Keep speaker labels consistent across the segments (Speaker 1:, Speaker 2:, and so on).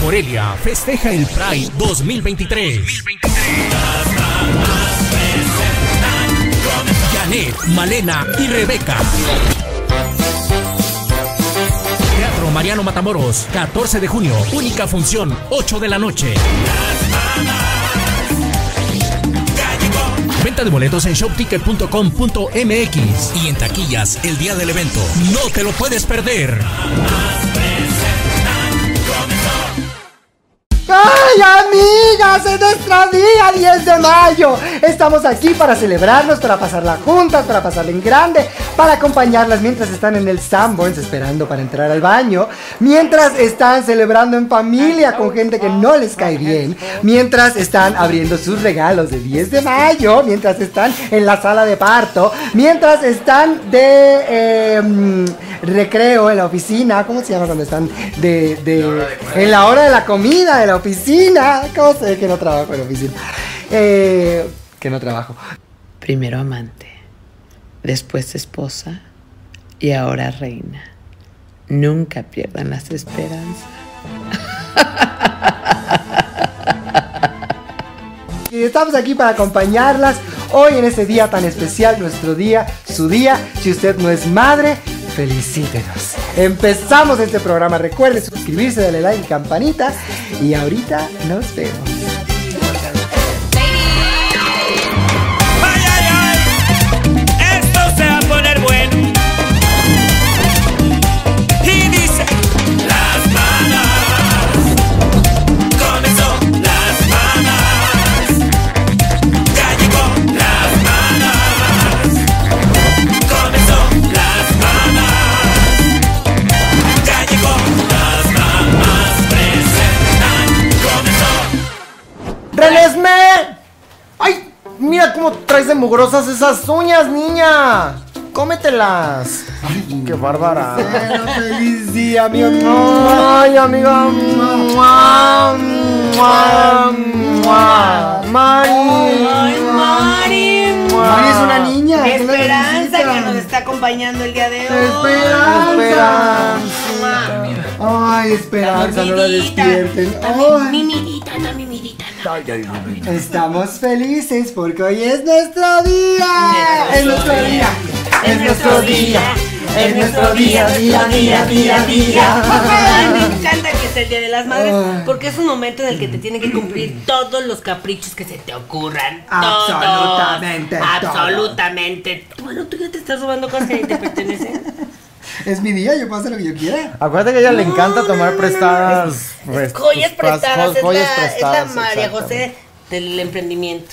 Speaker 1: Morelia festeja el Pride 2023. 2023. Janet, Malena y Rebeca. Teatro Mariano Matamoros, 14 de junio, única función, 8 de la noche. Venta de boletos en shopticket.com.mx y en taquillas el día del evento. No te lo puedes perder.
Speaker 2: ¡Ay, amigas! ¡Es nuestro día 10 de mayo! Estamos aquí para celebrarnos, para pasarla juntas, para pasarla en grande, para acompañarlas mientras están en el Sanborns esperando para entrar al baño, mientras están celebrando en familia con gente que no les cae bien, mientras están abriendo sus regalos de 10 de mayo, mientras están en la sala de parto, mientras están de eh, mm, recreo en la oficina, ¿cómo se llama cuando están de, de- en la hora de la comida de la oficina? ¿Cómo se ve que no trabajo en la oficina? Eh, que no trabajo.
Speaker 3: Primero amante, después esposa y ahora reina. Nunca pierdan las esperanzas.
Speaker 2: Y estamos aquí para acompañarlas hoy en este día tan especial, nuestro día, su día. Si usted no es madre, felicítenos. Empezamos este programa. Recuerde suscribirse, darle like y campanita. Y ahorita nos vemos.
Speaker 4: ¡Ay, ay, ay! Esto se va a poner bueno. Y dice: Las manas. Comenzó las manas. Ya llegó las manas. Comenzó las manas. Ya llegó las manas. Presentan. Comenzó.
Speaker 2: ¡Renesme! ¡Ay! Mira cómo traes de mugrosas esas uñas, niña. ¡Cómetelas! ¡Ay, qué bárbara! ¡Feliz día, amigo! ¡Ay, amiga! ¡Mua, mua, mua! ¡Mari!
Speaker 5: ¡Ay, Mari!
Speaker 2: ¡Mari es una niña! ¿qué le
Speaker 5: Esperanza
Speaker 2: necesita?
Speaker 5: que nos está acompañando el día de hoy.
Speaker 2: ¡Esperanza! ¡Ay, Esperanza! ¡No la
Speaker 5: Mimidita.
Speaker 2: despierten!
Speaker 5: Dame
Speaker 2: ¡Ay!
Speaker 5: Mi mirita, dame mi mirita.
Speaker 2: Estamos felices porque hoy es nuestro día. Es nuestro día. Es nuestro día. Es nuestro día, día, día, día,
Speaker 5: Ay,
Speaker 2: día.
Speaker 5: me encanta que es el Día de las Madres
Speaker 2: Ah.
Speaker 5: porque es un momento en el que te tienen que cumplir todos los caprichos que se te ocurran. todos.
Speaker 2: Absolutamente todos.
Speaker 5: Absolutamente. Bueno, tú ya te estás robando cosas que ni te pertenecen.
Speaker 2: Es mi día, yo puedo hacer lo que yo quiera.
Speaker 6: Acuérdate que a ella le encanta tomar prestadas. pues,
Speaker 5: Joyas
Speaker 6: pues, pas-
Speaker 5: prestadas. Es
Speaker 6: joyas
Speaker 5: la, es la
Speaker 6: prestadas,
Speaker 5: María
Speaker 6: exactamente.
Speaker 5: José del emprendimiento.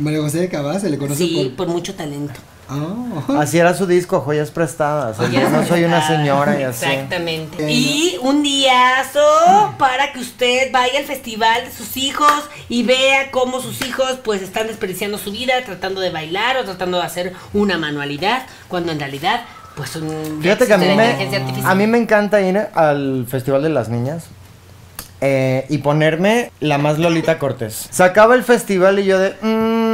Speaker 2: María José de Cabá se le conoce
Speaker 5: Sí, por mucho talento.
Speaker 2: por. Ah.
Speaker 6: Así era su disco, Joyas Prestadas. el
Speaker 5: Ya
Speaker 6: yo no soy una
Speaker 5: está.
Speaker 6: señora y así.
Speaker 5: Exactamente. Y un diazo para que usted vaya al festival de sus hijos y vea cómo sus hijos pues están desperdiciando su vida tratando de bailar o tratando de hacer una manualidad cuando en realidad pues son
Speaker 6: Fíjate que a mí,
Speaker 5: de la
Speaker 6: me,
Speaker 5: inteligencia artificial.
Speaker 6: a mí me encanta ir al Festival de las Niñas eh, y ponerme la más Lolita Cortés. Sacaba el festival y yo de... Mmm,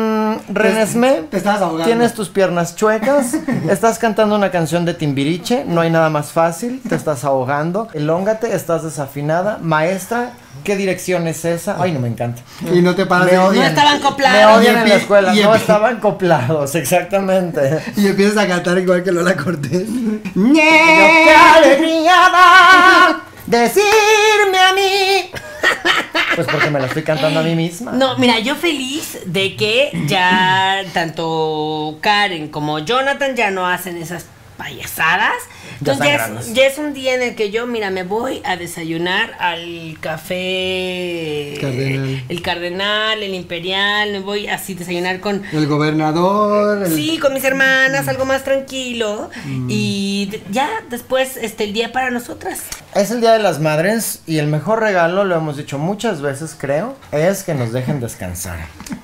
Speaker 6: Renesme,
Speaker 2: Pues, Te estabas ahogando.
Speaker 6: tienes tus piernas chuecas, estás cantando una canción de Timbiriche, no hay nada más fácil, te estás ahogando, elóngate, estás desafinada, maestra, ¿qué dirección es esa? Ay, no me encanta.
Speaker 2: Y no te paras
Speaker 6: Me
Speaker 2: de
Speaker 6: odian.
Speaker 5: no
Speaker 2: odiar.
Speaker 5: estaban
Speaker 6: Me
Speaker 5: coplados.
Speaker 6: odian en la
Speaker 2: empi-
Speaker 6: escuela,
Speaker 2: y
Speaker 6: no
Speaker 2: empi-
Speaker 6: estaban coplados, exactamente.
Speaker 2: Y empiezas a cantar igual que Lola Cortés.
Speaker 6: Pero qué alegría da decirme a mí. Pues porque me la estoy cantando a mí misma.
Speaker 5: No, mira, yo feliz de que ya tanto Karen como Jonathan ya no hacen esas payasadas.
Speaker 6: Ya
Speaker 5: Entonces ya
Speaker 6: están
Speaker 5: es, ya es un día en el que yo, mira, me voy a desayunar al café
Speaker 2: Cardenal.
Speaker 5: el Cardenal, el Imperial, me voy así a desayunar con
Speaker 2: El gobernador. el-
Speaker 5: Sí, con mis
Speaker 2: Mm.
Speaker 5: hermanas, algo más tranquilo y de- ya después este el día para nosotras.
Speaker 6: Es el Día de las Madres y el mejor regalo, lo hemos dicho muchas veces, creo, es que nos dejen descansar.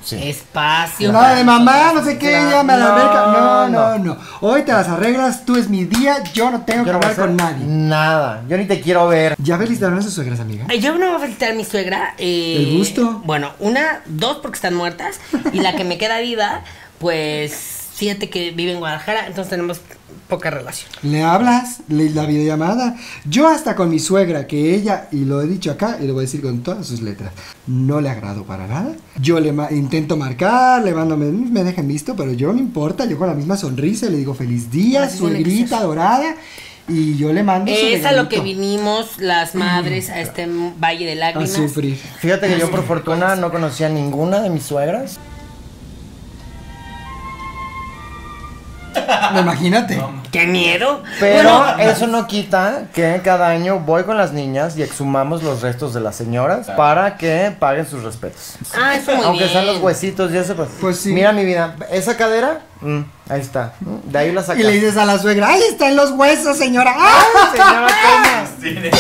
Speaker 6: Sí.
Speaker 5: Espacio.
Speaker 2: Nada de mamá, no sé qué,
Speaker 6: No,
Speaker 2: llama a la
Speaker 6: no,
Speaker 2: verga. No, no,
Speaker 6: no.
Speaker 2: no. Hoy te las arreglas, tú es mi día, yo no tengo que
Speaker 6: Yo no voy a
Speaker 2: hablar con
Speaker 6: hacer
Speaker 2: nadie.
Speaker 6: Nada. Yo ni te quiero ver.
Speaker 2: ¿Ya felicitaron a sus suegras, amiga?
Speaker 5: Ay, Yo no voy a felicitar a mi suegra. eh,
Speaker 2: El gusto.
Speaker 5: Bueno, una, dos porque están muertas. Y la que me queda viva, pues siete que vive en Guadalajara. Entonces tenemos
Speaker 7: poca relación.
Speaker 6: Le hablas, le, la videollamada. Yo hasta con mi suegra, que ella, y lo he dicho acá, y lo voy a decir con todas sus letras, no le agrado para nada. Yo le ma- intento marcar, le mando, me, me dejan visto, pero yo no importa, yo con la misma sonrisa le digo feliz día,
Speaker 5: Así tiene que
Speaker 6: suegrita
Speaker 5: ser.
Speaker 6: dorada, y yo le mando su
Speaker 5: Es a lo que
Speaker 6: regalito.
Speaker 5: vinimos las madres a este valle de
Speaker 6: A
Speaker 5: lágrimas.
Speaker 6: sufrir.
Speaker 2: Fíjate que yo por fortuna no conocía ninguna de mis suegras.
Speaker 6: Imagínate.
Speaker 5: ¡Qué miedo!
Speaker 2: Pero
Speaker 5: Bueno,
Speaker 2: eso no quita que cada año voy con las niñas y exhumamos los restos de las señoras para que paguen sus respetos.
Speaker 5: ah, eso muy
Speaker 2: Aunque sean
Speaker 5: bien.
Speaker 2: los huesitos y eso, pues.
Speaker 6: Pues sí.
Speaker 2: Mira mi vida, esa cadera, mm, ahí está. mm, De ahí la
Speaker 6: Y
Speaker 2: sacas.
Speaker 6: le dices a la suegra, ¡ay, está en los huesos, señora! ¡Ah!
Speaker 2: Señora, toma.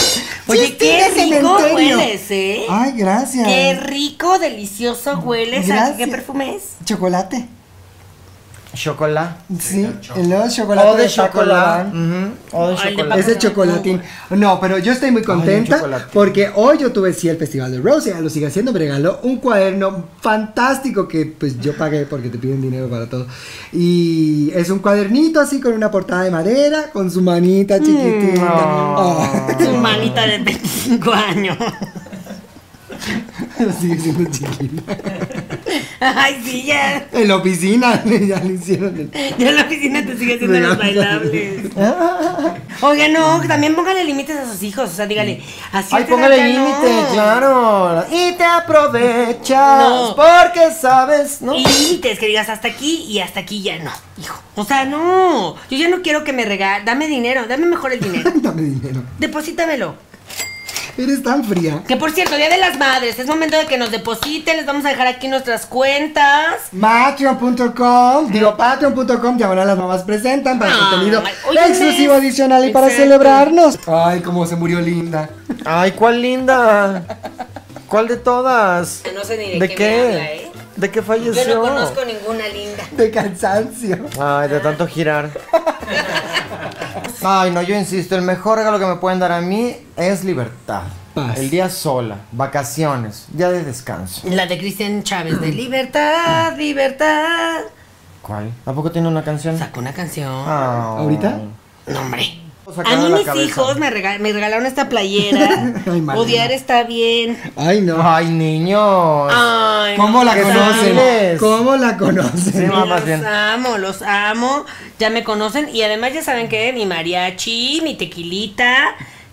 Speaker 5: Oye, qué
Speaker 6: ¡Chistín de
Speaker 5: rico
Speaker 6: cementerio!
Speaker 5: hueles, ¿eh?
Speaker 6: ¡Ay, gracias!
Speaker 5: Qué rico, delicioso hueles. ¿A ¿Qué
Speaker 6: Gracias.
Speaker 5: perfume es?
Speaker 6: Chocolate.
Speaker 5: pues!
Speaker 2: Chocolate.
Speaker 6: Sí, el nuevo chocolate.
Speaker 2: O de
Speaker 6: Paco
Speaker 2: chocolate.
Speaker 6: Rabanne.
Speaker 2: ujú, O de
Speaker 5: Ay, de
Speaker 2: chocolate.
Speaker 5: Paco
Speaker 6: Ese chocolatín. No, pero yo estoy muy
Speaker 2: Ay, un
Speaker 6: contenta
Speaker 2: chocolatín.
Speaker 6: porque hoy yo tuve sí el Festival de Rose, ya lo sigue haciendo, me regaló un cuaderno fantástico que pues yo pagué porque te piden dinero para todo. Y es un cuadernito así con una portada de madera, con su manita chiquitita. Oh,
Speaker 5: Su manita de 25 años.
Speaker 6: lo sigue siendo chiquita.
Speaker 5: Ay, sí, ya.
Speaker 6: En la oficina ya le hicieron el...
Speaker 5: Ya en la oficina te sigue haciendo los bailables. Oiga, no, también póngale límites a sus hijos. O sea, dígale, así
Speaker 2: Ay,
Speaker 5: te da,
Speaker 2: póngale
Speaker 5: ya
Speaker 2: límite,
Speaker 5: no.
Speaker 2: claro. Y te aprovechas
Speaker 5: No.
Speaker 2: porque sabes, ¿no?
Speaker 5: Y límites, que digas hasta aquí y hasta aquí ya no, hijo. O sea, no. Yo ya no quiero que me regale. Dame dinero, dame mejor el dinero.
Speaker 6: Dame dinero.
Speaker 5: Deposítamelo.
Speaker 6: Eres tan fría.
Speaker 5: Que por cierto, Día de las Madres, es momento de que nos depositen, les vamos a dejar aquí nuestras cuentas.
Speaker 6: Patreon.com, digo patreon.com, diagonal las mamás presentan para
Speaker 5: Ay,
Speaker 6: contenido
Speaker 5: hoy
Speaker 6: exclusivo
Speaker 5: mes.
Speaker 6: adicional y para
Speaker 5: Exacto.
Speaker 6: celebrarnos. Ay, cómo se murió linda.
Speaker 2: Ay, cuál linda. ¿Cuál de todas?
Speaker 5: No sé ni de qué me habla, ¿eh?
Speaker 2: ¿De qué falleció?
Speaker 5: ninguna linda.
Speaker 6: De cansancio.
Speaker 2: Ay, de tanto girar. Ay, no, yo insisto, el mejor regalo que me pueden dar a mí es libertad.
Speaker 6: Paz.
Speaker 2: El día sola, vacaciones, día de descanso.
Speaker 5: La de Cristian Chávez, de Libertad, Libertad.
Speaker 2: ¿Cuál? ¿A poco tiene una canción?
Speaker 5: Sacó una canción.
Speaker 2: Ah.
Speaker 6: ¿Ahorita?
Speaker 5: No, hombre.
Speaker 2: Sacada
Speaker 5: A
Speaker 2: de
Speaker 5: mí
Speaker 2: la
Speaker 5: mis
Speaker 2: cabeza.
Speaker 5: hijos me, rega- me regalaron esta playera.
Speaker 6: Ay, Mariana.
Speaker 5: Odiar está bien.
Speaker 6: Ay, no.
Speaker 2: Ay, niños.
Speaker 5: Ay,
Speaker 6: ¿Cómo Ah, la
Speaker 5: los amo.
Speaker 6: conocen?
Speaker 2: sales.
Speaker 6: ¿Cómo la
Speaker 2: Sí,
Speaker 6: conocen?
Speaker 2: ma- Ah, más
Speaker 5: Los
Speaker 2: bien.
Speaker 5: amo, los amo. Ya me conocen y además ya saben que mi mariachi, mi tequilita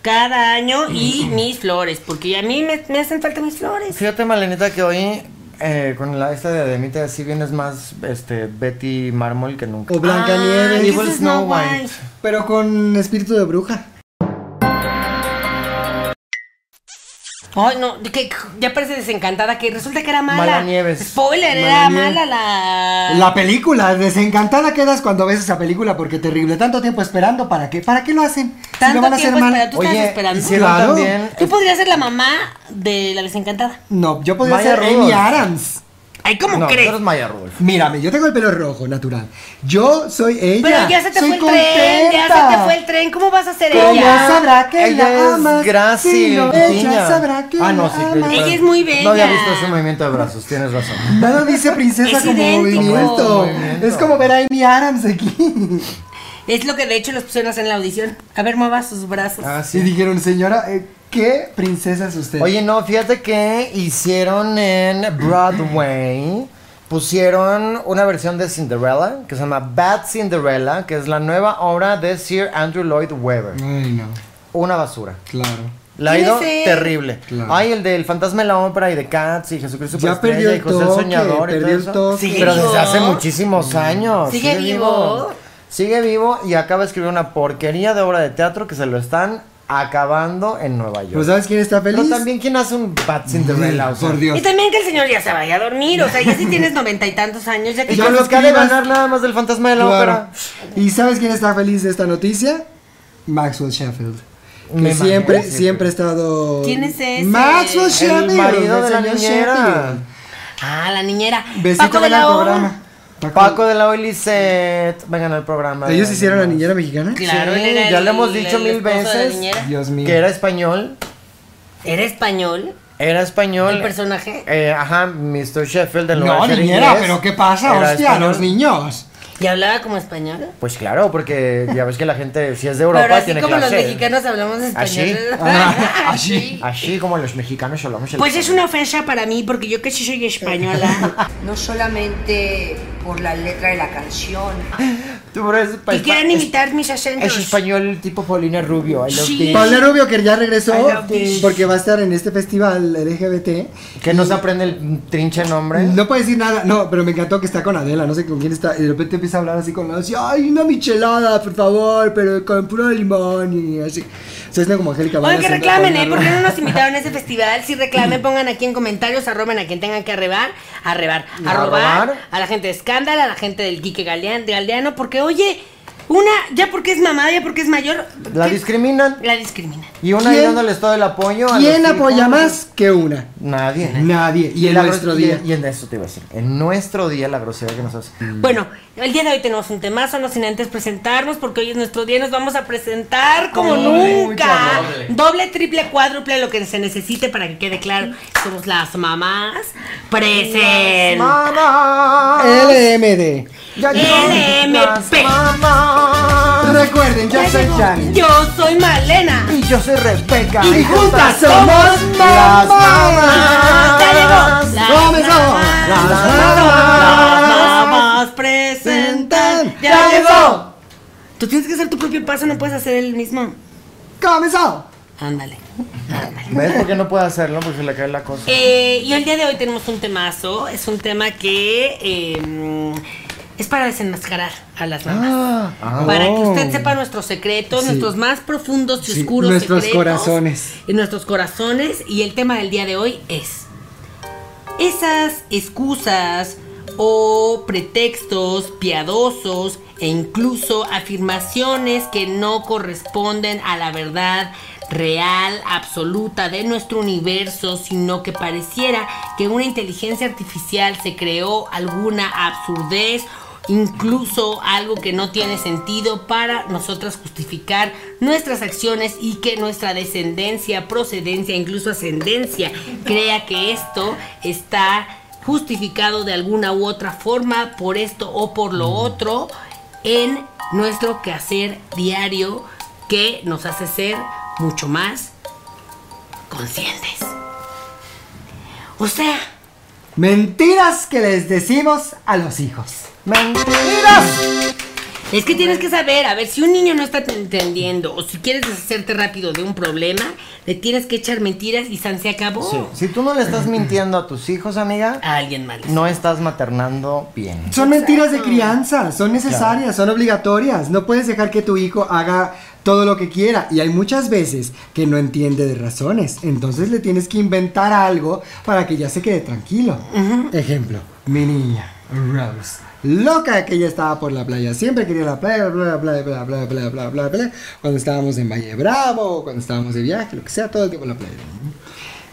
Speaker 5: cada año y mis flores, porque a mí me, me hacen falta mis flores.
Speaker 2: Fíjate, Malenita, que hoy eh, con la esta de Ademita así vienes más este, Betty Mármol que nunca. Ah,
Speaker 6: O Blanca
Speaker 5: Ay,
Speaker 6: Nieve.
Speaker 5: ese
Speaker 2: Evil
Speaker 5: es Snow
Speaker 2: Snow White.
Speaker 5: White.
Speaker 6: Pero con espíritu de bruja.
Speaker 5: Ay, no, de que ya parece desencantada que resulta que era mala.
Speaker 2: Mala Nieves.
Speaker 5: Spoiler,
Speaker 2: Mala
Speaker 5: era
Speaker 2: Nieves.
Speaker 5: mala la
Speaker 6: La película, desencantada quedas cuando ves esa película porque terrible. Tanto tiempo esperando, ¿para qué? ¿Para qué lo hacen? Si
Speaker 5: tanto
Speaker 6: lo van a hacer
Speaker 5: tiempo
Speaker 6: mal.
Speaker 5: esperando. ¿Tú
Speaker 2: Oye,
Speaker 5: estabas esperando?
Speaker 2: hicieron
Speaker 6: Claro.
Speaker 2: también.
Speaker 5: Tú podrías ser la mamá de la desencantada.
Speaker 6: No, yo podría
Speaker 2: Maya
Speaker 6: ser Amy
Speaker 2: Rudolph.
Speaker 6: Adams.
Speaker 5: Ay, ¿cómo
Speaker 2: no, tú
Speaker 5: crees?
Speaker 2: eres Maya Rudolph.
Speaker 6: Mírame, yo tengo el pelo rojo, natural. Yo soy ella.
Speaker 5: Pero ya se te
Speaker 6: Soy
Speaker 5: fue el tren, ya
Speaker 6: contenta.
Speaker 5: se te fue el tren. ¿Cómo vas a ser
Speaker 6: Ella
Speaker 5: ella?
Speaker 6: sabrá que
Speaker 2: Ella
Speaker 6: la
Speaker 2: es
Speaker 6: amas.
Speaker 2: grácil,
Speaker 6: Sí, no, ella
Speaker 2: niña.
Speaker 6: sabrá que
Speaker 2: Ah, no,
Speaker 6: la
Speaker 2: sí,
Speaker 6: amas.
Speaker 5: Ella es muy bella.
Speaker 2: No había visto ese movimiento de brazos, tienes razón.
Speaker 6: Nada dice princesa
Speaker 5: Es
Speaker 6: como
Speaker 5: idéntico.
Speaker 6: movimiento.
Speaker 2: Como movimiento.
Speaker 6: Es como ver a Amy Adams aquí.
Speaker 5: Es lo que de hecho los pusieron a hacer en la audición. A ver, mueva sus brazos.
Speaker 2: Ah,
Speaker 6: Y
Speaker 2: sí.
Speaker 6: dijeron, señora, eh, ¿qué princesa es usted?
Speaker 2: Oye, no, fíjate que hicieron en Broadway, pusieron una versión de Cinderella que se llama Bad Cinderella, que es la nueva obra de Sir Andrew Lloyd Webber.
Speaker 6: Ay, no,
Speaker 2: Una basura.
Speaker 6: claro.
Speaker 2: La ha
Speaker 5: ¿Quién
Speaker 2: ido
Speaker 5: es él?
Speaker 2: terrible.
Speaker 6: Claro.
Speaker 2: Ay, el del fantasma de la ópera y de Cats y Jesucristo
Speaker 6: Ya
Speaker 2: Superestrella
Speaker 6: perdió el
Speaker 2: y José
Speaker 6: toque,
Speaker 2: Soñador y
Speaker 6: perdió
Speaker 2: todo
Speaker 6: el
Speaker 2: eso.
Speaker 6: toque.
Speaker 5: Sigue
Speaker 2: Pero
Speaker 5: vivo.
Speaker 2: desde hace muchísimos años.
Speaker 5: ¿Sigue vivo?
Speaker 2: Sigue vivo y acaba de escribir una porquería de obra de teatro que se lo están acabando en Nueva York.
Speaker 6: ¿Pero sabes quién está feliz?
Speaker 2: Pero también quién hace un Bat Cinderella, o sea.
Speaker 6: Por
Speaker 5: Y
Speaker 6: Dios.
Speaker 5: también que el señor ya se vaya a dormir. O sea, ya si tienes noventa y tantos años, ya que.
Speaker 2: Y
Speaker 6: Ya
Speaker 2: con
Speaker 6: lo
Speaker 2: los que ha de
Speaker 6: escribas.
Speaker 2: ganar nada más del fantasma de la
Speaker 6: Claro.
Speaker 2: ópera.
Speaker 6: ¿Y sabes quién está feliz de esta noticia? Maxwell Sheffield. Que
Speaker 2: Me imagino,
Speaker 6: siempre,
Speaker 2: siempre.
Speaker 6: siempre ha estado.
Speaker 5: ¿Quién es ese?
Speaker 6: Maxwell
Speaker 5: El
Speaker 6: Sheffield.
Speaker 2: marido
Speaker 6: el
Speaker 2: de la
Speaker 6: señor
Speaker 2: niñera.
Speaker 6: Sheffield.
Speaker 5: Ah, la niñera.
Speaker 6: Besito
Speaker 5: Paco de
Speaker 6: venga
Speaker 5: la
Speaker 6: al
Speaker 5: O.
Speaker 6: programa.
Speaker 2: Paco de la Oilicet. Vengan al programa.
Speaker 6: ¿Ellos
Speaker 2: de-
Speaker 6: hicieron la niñera mexicana?
Speaker 5: Claro,
Speaker 2: Sí,
Speaker 5: él era
Speaker 2: ya
Speaker 5: el-
Speaker 2: lo hemos dicho
Speaker 5: el
Speaker 2: mil
Speaker 5: esposo de la
Speaker 2: veces.
Speaker 5: niñera.
Speaker 6: Dios mío.
Speaker 2: Que era español.
Speaker 5: Era español.
Speaker 2: Era español.
Speaker 5: ¿El personaje?
Speaker 2: Eh, ajá, Mr. Sheffield del
Speaker 6: No, niñera, pero ¿qué pasa? Hostia, los
Speaker 2: niños.
Speaker 6: niños.
Speaker 5: ¿Y hablaba como español?
Speaker 2: Pues claro, porque ya ves que la gente, si es de Europa,
Speaker 5: Pero así
Speaker 2: tiene
Speaker 5: como
Speaker 2: que
Speaker 5: los
Speaker 2: hacer.
Speaker 5: mexicanos hablamos
Speaker 2: Así.
Speaker 5: español.
Speaker 2: Ah, Así. Así como los mexicanos hablamos el
Speaker 5: Pues es una ofensa para mí porque yo que sí soy española.
Speaker 7: No solamente por la letra de la canción.
Speaker 2: Tú, pero es pa-
Speaker 5: y quieren
Speaker 2: es-
Speaker 5: imitar mis acentos.
Speaker 2: Es español tipo Paulina Rubio. I love
Speaker 5: Sí.
Speaker 2: this.
Speaker 6: Paula Rubio, que ya regresó,
Speaker 5: I love this.
Speaker 6: porque va a estar en este festival LGBT.
Speaker 2: Que no se aprende el trinche nombre.
Speaker 6: No puede decir nada, no, pero me encantó que está con Adela, no sé con quién está, y de repente empieza a hablar así con la así, ay, una michelada, por favor, pero con puro limón, y así. O sea, es como Angélica
Speaker 5: Oigan,
Speaker 6: Vale
Speaker 5: que
Speaker 6: haciendo
Speaker 5: reclamen, ¿eh?
Speaker 6: con-
Speaker 5: ¿Por qué no nos invitaron a ese festival? Si reclamen, pongan aquí en comentarios, arroben a quien tengan que arrebar, arrebar,
Speaker 2: ¿A
Speaker 5: arrobar,
Speaker 2: robar?
Speaker 5: a la gente de Escándalo, a la gente del Quique Galean- Galdeano, porque oye, una, ya porque es mamá, ya porque es mayor,
Speaker 2: La
Speaker 5: ¿qué?
Speaker 2: discriminan.
Speaker 5: la discrimina.
Speaker 2: Y una ahí
Speaker 6: ¿Quién-
Speaker 2: dándoles todo el apoyo. a
Speaker 6: ¿Quién
Speaker 2: los
Speaker 6: apoya
Speaker 2: hijos?
Speaker 6: más que una?
Speaker 2: Nadie.
Speaker 6: Nadie. Y en
Speaker 2: la
Speaker 6: nuestro
Speaker 2: gros-
Speaker 6: día.
Speaker 2: Y, y en eso te iba a decir. En nuestro día, la grosería que nos hace.
Speaker 5: Bueno, el día de hoy tenemos un temazo, no sin antes presentarnos, porque hoy es nuestro día y nos vamos a presentar como nunca. Doble, triple, cuádruple, lo que se necesite para que quede claro. Somos las mamás. Present.
Speaker 2: ¡Mamá!
Speaker 6: LMD.
Speaker 2: Ya llegó
Speaker 5: LMP.
Speaker 2: las mamás.
Speaker 6: Recuerden, yo soy Jan.
Speaker 5: Yo soy Malena.
Speaker 2: Y yo soy Rebeca.
Speaker 6: Y juntas somos
Speaker 2: las
Speaker 6: mamás.
Speaker 5: Ya llegó.
Speaker 2: mamás.
Speaker 5: Las
Speaker 6: Comenzamos.
Speaker 5: mamás,
Speaker 6: Las
Speaker 5: las
Speaker 6: mamás.
Speaker 5: mamás presentan.
Speaker 6: ¡Ya llegó!
Speaker 5: Tú tienes que hacer tu propio paso, no puedes hacer el mismo.
Speaker 6: ¡Comenzó!
Speaker 5: Ándale.
Speaker 2: ¿Ves por qué no puedo hacerlo? Porque se le cae la cosa.
Speaker 5: Eh, y el día de hoy tenemos un temazo. Es un tema que eh, es para desenmascarar a las mamás.
Speaker 2: ah,
Speaker 5: para que
Speaker 6: oh.
Speaker 5: usted sepa nuestros secretos,
Speaker 6: Sí.
Speaker 5: nuestros más profundos y
Speaker 6: Sí,
Speaker 5: oscuros
Speaker 6: nuestros
Speaker 5: secretos.
Speaker 6: corazones.
Speaker 5: Y nuestros corazones. Y el tema del día de hoy es esas excusas o pretextos piadosos e incluso afirmaciones que no corresponden a la verdad real, absoluta de nuestro universo, sino que pareciera que una inteligencia artificial se creó alguna absurdez, incluso algo que no tiene sentido para nosotras justificar nuestras acciones y que nuestra descendencia, procedencia, incluso ascendencia crea que esto está justificado de alguna u otra forma por esto o por lo otro en nuestro quehacer diario que nos hace ser mucho más conscientes. O sea,
Speaker 6: Mentiras que les decimos a los hijos.
Speaker 5: Es que tienes que saber, a ver, si un niño no está te- entendiendo o si quieres deshacerte rápido de un problema, le tienes que echar mentiras y San se acabó.
Speaker 2: Sí. Si tú no le estás mintiendo a tus hijos, amiga,
Speaker 5: A alguien mal.
Speaker 2: no estás maternando bien.
Speaker 6: Son mentiras de crianza, son necesarias, son obligatorias. No puedes dejar que tu hijo haga todo lo que quiera. Y hay muchas veces que no entiende de razones. Entonces le tienes que inventar algo para que ya se quede tranquilo. Ejemplo, mi niña, Rose. Loca que ella estaba por la playa, siempre quería la playa, bla, bla, bla, bla, bla, bla, bla, bla, cuando estábamos en Valle Bravo, cuando estábamos de viaje, lo que sea, todo el tiempo en la playa.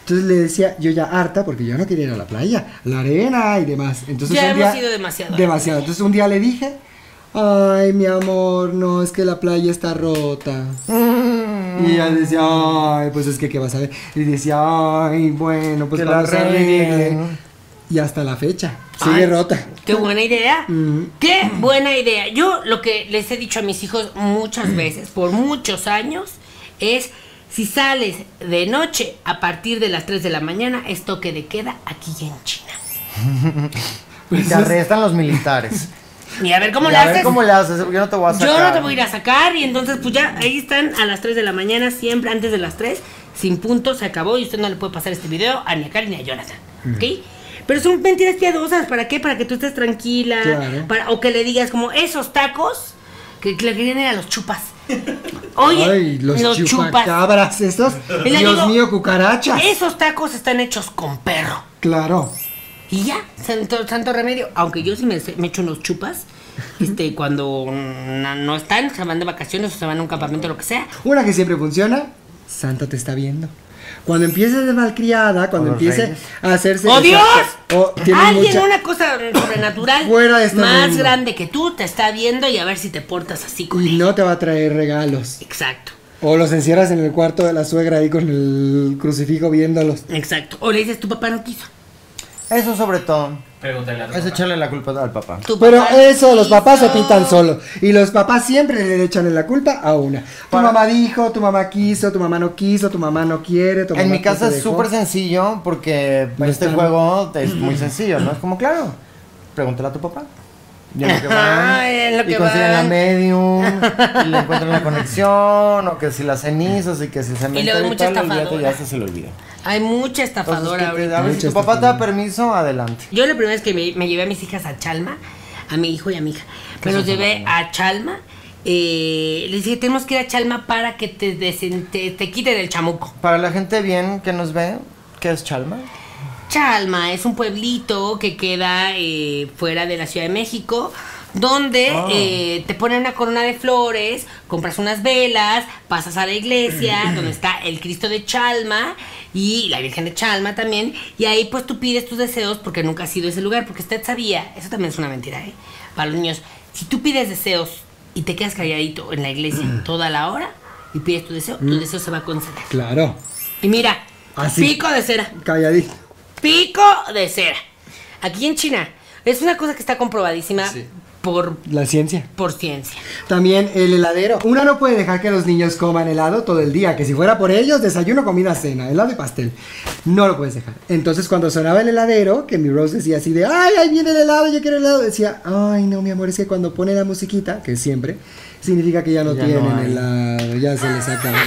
Speaker 6: Entonces le decía, yo ya harta, porque yo no quería ir a la playa, la arena y demás. Entonces
Speaker 5: Ya
Speaker 6: un
Speaker 5: hemos
Speaker 6: día-
Speaker 5: ido demasiado a la
Speaker 6: Demasiado. Entonces un día le dije, ay, mi amor, no, es que la playa está rota.
Speaker 2: Mm.
Speaker 6: Y ella decía, ay, pues es que qué vas a ver. Y decía, ay, bueno, pues
Speaker 2: Que la
Speaker 6: vamos a
Speaker 2: arreglen.
Speaker 6: arregle. Y hasta la fecha,
Speaker 5: Ay,
Speaker 6: sigue rota.
Speaker 5: Qué buena idea.
Speaker 2: Mm.
Speaker 6: Ujú.
Speaker 5: Qué buena idea. Yo lo que les he dicho a mis hijos
Speaker 2: Mm.
Speaker 5: muchas veces, por muchos años, es si sales de noche a partir de las 3 de la mañana, es toque de queda aquí en China.
Speaker 2: Y te arrestan los militares.
Speaker 5: Y a ver pues cómo
Speaker 2: Y
Speaker 5: le
Speaker 2: a
Speaker 5: haces.
Speaker 2: ver cómo le haces, porque yo no te voy a sacar.
Speaker 5: Yo no te voy a ir a sacar y entonces pues ya ahí están a las 3 de la mañana, siempre antes de las 3, sin punto, se acabó y usted no le puede pasar este video a ni a Karen ni a Jonathan, ¿ok? Pero son mentiras piadosas, ¿para qué? Para que tú estés tranquila,
Speaker 6: Claro.
Speaker 5: para- o que le digas como esos tacos que, que le querían ir a los chupas. Oye,
Speaker 6: ay, los,
Speaker 5: los, chupas.
Speaker 6: chupacabras estos.
Speaker 5: Y le
Speaker 6: Dios
Speaker 5: digo,
Speaker 6: mío, cucarachas.
Speaker 5: Esos tacos están hechos con perro.
Speaker 6: Claro.
Speaker 5: Y ya, santo, santo remedio. Aunque yo sí me, me echo unos chupas. Este, cuando no, no están, se van de vacaciones o se van a un campamento, lo que sea.
Speaker 6: Una que siempre funciona, Santa te está viendo. Cuando empiece de malcriada, cuando
Speaker 2: los
Speaker 6: empiece
Speaker 2: reyes.
Speaker 6: a hacerse...
Speaker 5: ¡Oh, Dios!
Speaker 6: O tiene
Speaker 5: Alguien,
Speaker 6: mucha-
Speaker 5: una cosa sobrenatural
Speaker 6: Fuera de este
Speaker 5: más
Speaker 6: mundo.
Speaker 5: grande que tú te está viendo y a ver si te portas así con
Speaker 6: Y
Speaker 5: él.
Speaker 6: no te va a traer regalos.
Speaker 5: Exacto,
Speaker 6: O los encierras en el cuarto de la suegra ahí con el crucifijo viéndolos.
Speaker 5: exacto. O le dices, tu papá no quiso.
Speaker 2: Eso sobre todo.
Speaker 8: Pregúntale a tu
Speaker 2: Es
Speaker 8: papá.
Speaker 2: echarle la culpa al papá.
Speaker 5: Tu
Speaker 6: Pero
Speaker 5: papá
Speaker 6: eso, los papás se
Speaker 5: hizo.
Speaker 6: pintan solo. Y los papás siempre le echan en la culpa a una. Tu
Speaker 2: Para-
Speaker 6: mamá dijo, tu mamá quiso, tu mamá no quiso, tu mamá no quiere, tu mamá
Speaker 2: En mi
Speaker 6: te
Speaker 2: casa es
Speaker 6: dejó.
Speaker 2: súper sencillo porque
Speaker 6: Va a
Speaker 2: este
Speaker 6: estar-
Speaker 2: juego es muy sencillo, ¿no? Es como, claro, pregúntale a tu papá. Y en lo que van,
Speaker 5: Ay, en lo
Speaker 2: y
Speaker 5: que
Speaker 2: consiguen la
Speaker 5: van.
Speaker 2: medium, y le encuentran la conexión, o que si las cenizas, y que si se
Speaker 5: luego hay
Speaker 2: mete y
Speaker 5: mucha
Speaker 2: tal, olvídate,
Speaker 5: estafadora.
Speaker 2: ya hasta se le olvida.
Speaker 5: Hay mucha
Speaker 2: Entonces,
Speaker 5: estafadora
Speaker 2: que te-
Speaker 5: ahorita.
Speaker 2: a ver si
Speaker 6: Mucha
Speaker 2: tu papá te da
Speaker 6: estafadora.
Speaker 2: permiso, adelante.
Speaker 5: Yo la primera vez que me, me llevé a mis hijas a Chalma, a mi hijo y a mi hija, me los llevé a Chalma. eh, les dije, tenemos que ir a Chalma para que te, desen- te, te quiten el chamuco.
Speaker 2: Para la gente bien que nos ve, ¿qué es Chalma?
Speaker 5: Chalma es un pueblito que queda eh, fuera de la Ciudad de México, donde eh, te ponen una corona de flores, compras unas velas, pasas a la iglesia, donde está el Cristo de Chalma y la Virgen de Chalma también, y ahí pues tú pides tus deseos porque nunca has ido a ese lugar, porque usted sabía, eso también es una mentira, ¿eh? Para los niños, si tú pides deseos y te quedas calladito en la iglesia toda la hora y pides tu deseo, tu deseo se va a conceder.
Speaker 6: Claro,
Speaker 5: Y mira,
Speaker 6: Así.
Speaker 5: pico de cera
Speaker 6: calladito.
Speaker 5: pico de cera. Aquí en China. Es una cosa que está comprobadísima por,
Speaker 6: La ciencia.
Speaker 5: por ciencia.
Speaker 6: También el heladero. Una no puede dejar que los niños coman helado todo el día, que si fuera por ellos, desayuno, comida, cena, helado y pastel. No lo puedes dejar. Entonces cuando sonaba el heladero, que mi Rose decía así de, ay, ahí viene el helado, yo quiero helado, decía, ay, no, mi amor, es que cuando pone la musiquita, que siempre, significa que ya no
Speaker 2: Ya no
Speaker 6: tienen
Speaker 2: hay.
Speaker 6: helado, ya se les acabó.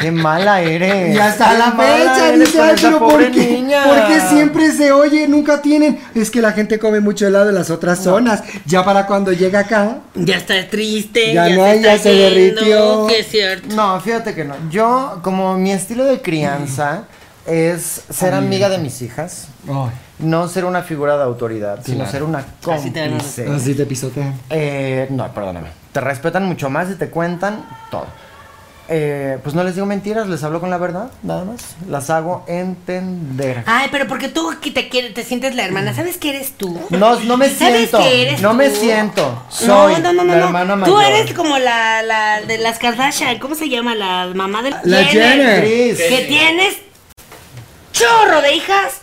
Speaker 2: ¡Qué mala eres!
Speaker 6: Y hasta
Speaker 2: ¡Qué
Speaker 6: la
Speaker 2: mala
Speaker 6: fecha
Speaker 2: eres
Speaker 6: dice,
Speaker 2: con
Speaker 6: ay,
Speaker 2: esa
Speaker 6: pero
Speaker 2: pobre
Speaker 6: ¿por qué?
Speaker 2: niña?"
Speaker 6: ¿Por qué siempre se oye? Nunca tienen. Es que la gente come mucho helado en las otras zonas. Ya para cuando llega acá,
Speaker 5: Ya está triste.
Speaker 6: Ya
Speaker 5: Ya,
Speaker 6: no
Speaker 5: se,
Speaker 6: hay,
Speaker 5: está
Speaker 6: ya se
Speaker 5: yendo,
Speaker 6: derritió.
Speaker 5: sí es cierto.
Speaker 2: No, fíjate que no. Yo, como mi estilo de crianza es ser amiga de mis hijas, no ser una figura de autoridad, sino ser una
Speaker 5: Así te van a
Speaker 2: cómplice.
Speaker 6: así te Ah, pisotean.
Speaker 2: Eh, no, perdóname. Te respetan mucho más y te cuentan todo. Eh, pues no les digo mentiras, les hablo con la verdad, nada más. Las hago entender.
Speaker 5: Ay, pero porque tú aquí te, quieres, te sientes la hermana. ¿Sabes que eres tú?
Speaker 2: No, no me
Speaker 5: ¿Sabes
Speaker 2: siento.
Speaker 5: que eres
Speaker 2: No
Speaker 5: tú?
Speaker 2: me siento. Soy
Speaker 5: no, no, no,
Speaker 2: la
Speaker 5: no.
Speaker 2: hermana
Speaker 5: Tú
Speaker 2: mayor.
Speaker 5: eres como la, la de las Kardashian. ¿Cómo se llama? La mamá de
Speaker 6: La Jenner.
Speaker 2: Chris.
Speaker 5: Que tienes chorro de hijas.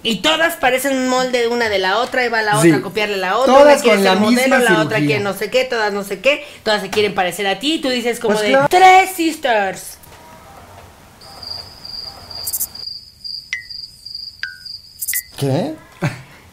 Speaker 5: Y todas parecen un molde de una de la otra, y va la
Speaker 6: Sí.
Speaker 5: otra a copiarle a la otra,
Speaker 6: Todas
Speaker 5: una quiere
Speaker 6: con
Speaker 5: ser
Speaker 6: la
Speaker 5: modelo,
Speaker 6: misma
Speaker 5: la otra
Speaker 6: cirugía.
Speaker 5: quiere no sé qué, todas no sé qué, todas se quieren parecer a ti, y tú dices como
Speaker 2: Pues
Speaker 5: de
Speaker 2: claro.
Speaker 5: tres sisters.
Speaker 2: ¿Qué?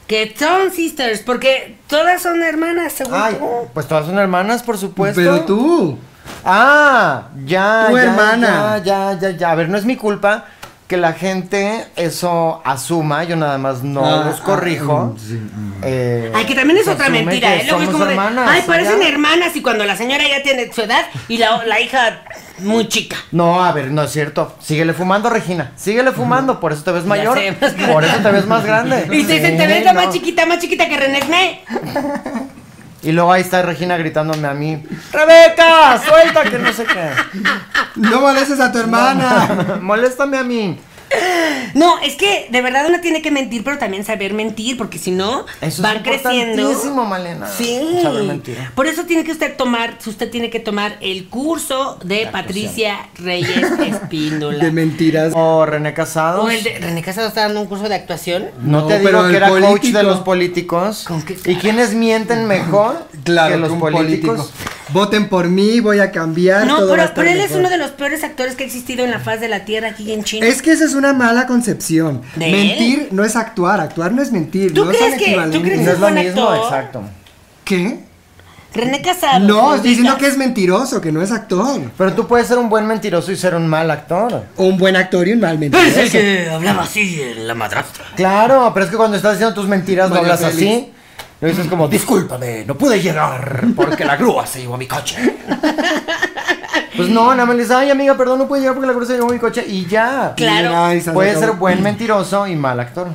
Speaker 5: Que son sisters, porque todas son hermanas, según
Speaker 2: Ay,
Speaker 5: tú.
Speaker 2: pues todas son hermanas, por supuesto.
Speaker 6: Pero tú.
Speaker 2: Ah, ya.
Speaker 6: Tu
Speaker 2: ya,
Speaker 6: hermana.
Speaker 2: Ya, ya, ya, ya. A ver, no es mi culpa que la gente eso asuma. Yo nada más no
Speaker 6: Ah,
Speaker 2: los
Speaker 6: ah,
Speaker 2: corrijo.
Speaker 6: mm, sí,
Speaker 2: Eh,
Speaker 5: Ay, que también es
Speaker 2: se
Speaker 5: otra
Speaker 2: asume
Speaker 5: mentira,
Speaker 2: que
Speaker 5: ¿eh? Luego es
Speaker 2: somos
Speaker 5: como de,
Speaker 2: hermanas,
Speaker 5: ay, parecen
Speaker 2: ya.
Speaker 5: hermanas, y cuando la señora ya tiene su edad, y la, la hija muy chica.
Speaker 2: No, a ver, no es cierto. Síguele fumando, Regina. Síguele fumando, por eso te ves mayor.
Speaker 5: sé.
Speaker 2: Por eso te ves más grande.
Speaker 5: Y te dicen,
Speaker 2: Sí,
Speaker 5: te ves la más
Speaker 2: no.
Speaker 5: chiquita, más chiquita que Renesme.
Speaker 2: Y luego ahí está Regina gritándome a mí, Rebeca, suelta que no sé qué.
Speaker 6: No molestes a tu hermana.
Speaker 2: Moléstame a mí.
Speaker 5: No, es que de verdad uno tiene que mentir, pero también saber mentir, porque si no,
Speaker 2: Eso
Speaker 5: van
Speaker 2: es
Speaker 5: creciendo.
Speaker 2: importantísimo, Malena.
Speaker 5: Sí.
Speaker 2: Saber mentir.
Speaker 5: Por eso tiene que usted tomar, usted tiene que tomar el curso de Patricia Reyes Espíndola.
Speaker 6: De mentiras.
Speaker 2: O René Casado.
Speaker 5: o el de René Casado está dando un curso de actuación.
Speaker 2: No,
Speaker 6: No,
Speaker 2: te
Speaker 6: pero
Speaker 2: digo
Speaker 6: el
Speaker 2: que era coach
Speaker 6: político.
Speaker 2: de los políticos.
Speaker 5: ¿Con qué
Speaker 2: ¿Y
Speaker 5: cara?
Speaker 2: quienes mienten mejor que los
Speaker 6: que un
Speaker 2: políticos?
Speaker 6: Voten por mí, voy a
Speaker 2: Ah,
Speaker 6: cambiar.
Speaker 5: No,
Speaker 6: todo va a
Speaker 5: pero,
Speaker 6: estar
Speaker 5: pero él es
Speaker 6: mejor.
Speaker 5: uno de los peores actores que ha existido en la faz de la tierra aquí en China.
Speaker 6: Es que esa es una mala concepción.
Speaker 5: ¿De
Speaker 6: Mentir no es actuar, actuar no es mentir.
Speaker 5: ¿Tú
Speaker 6: no
Speaker 5: crees
Speaker 6: son
Speaker 5: que- tú
Speaker 6: equivalentes.
Speaker 5: crees
Speaker 2: No
Speaker 5: que-
Speaker 2: es lo
Speaker 5: buen
Speaker 2: mismo,
Speaker 5: actor.
Speaker 2: exacto.
Speaker 6: ¿Qué?
Speaker 5: René Casado.
Speaker 6: No,
Speaker 5: Rosita.
Speaker 6: estoy diciendo que es mentiroso, que no es actor.
Speaker 2: Pero tú puedes ser un buen mentiroso y ser un mal actor.
Speaker 6: Un buen actor y un
Speaker 5: Pues
Speaker 6: mal
Speaker 9: Es
Speaker 6: mentiroso.
Speaker 9: el que hablaba así en la madrastra.
Speaker 2: Claro, pero es que cuando estás diciendo tus mentiras no
Speaker 6: María
Speaker 2: hablas
Speaker 6: Félix.
Speaker 2: así. Lo dices como, discúlpame, no pude llegar porque la grúa se llevó a mi coche. Pues no, nada más le dices, ay amiga, perdón, no pude llegar porque la grúa se llevó a mi coche y ya.
Speaker 5: Claro.
Speaker 6: Ay, se
Speaker 2: Puedes
Speaker 6: acabó.
Speaker 2: ser buen mentiroso y mal actor.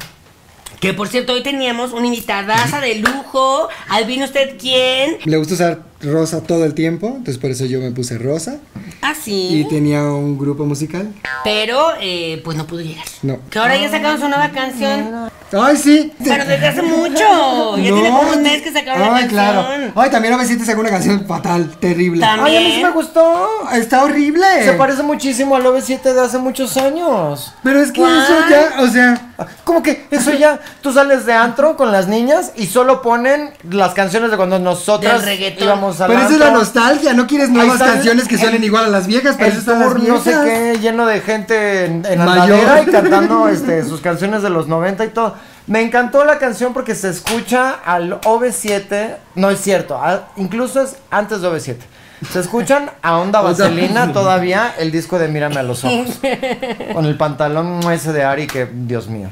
Speaker 5: Que por cierto, hoy teníamos una invitadaza de lujo. Adivine usted quién.
Speaker 6: Le gusta usar rosa todo el tiempo, entonces por eso yo me puse rosa.
Speaker 5: Así.
Speaker 6: Y tenía un grupo musical.
Speaker 5: Pero, eh, pues no pudo llegar.
Speaker 6: No.
Speaker 5: Que ahora ya sacamos una nueva canción.
Speaker 6: Ay, sí.
Speaker 5: Pero desde hace mucho. Oh, Ya tiene como un mes que sacaron la
Speaker 6: Ay, claro.
Speaker 5: canción.
Speaker 6: Ay, también OV7 sacó una canción fatal, terrible.
Speaker 5: También.
Speaker 2: Ay, a mí sí me gustó.
Speaker 6: Está horrible.
Speaker 2: Se parece muchísimo al OV7 de hace muchos años.
Speaker 6: Pero es que
Speaker 5: ¿Cuál?
Speaker 6: eso ya, o sea,
Speaker 2: Como que eso ya, tú sales de antro con las niñas y solo ponen las canciones de cuando nosotras
Speaker 5: Del reggaetón.
Speaker 2: íbamos a
Speaker 6: pero esa es la nostalgia, no quieres nuevas
Speaker 2: está el-
Speaker 6: canciones que
Speaker 2: el-
Speaker 6: suenen igual a las viejas, pero
Speaker 2: el
Speaker 6: eso están las
Speaker 2: tour, no sé
Speaker 6: viejas.
Speaker 2: qué, lleno de gente en, en
Speaker 6: Mayor.
Speaker 2: andadera y cantando este, sus canciones de los 90 y todo. Me encantó la canción porque se escucha al OV7, no es cierto, a- incluso es antes de OV7. Se escuchan a Onda
Speaker 6: Onda-
Speaker 2: Vaselina todavía el disco de Mírame a los ojos. Con el pantalón ese de Ari que, Dios mío.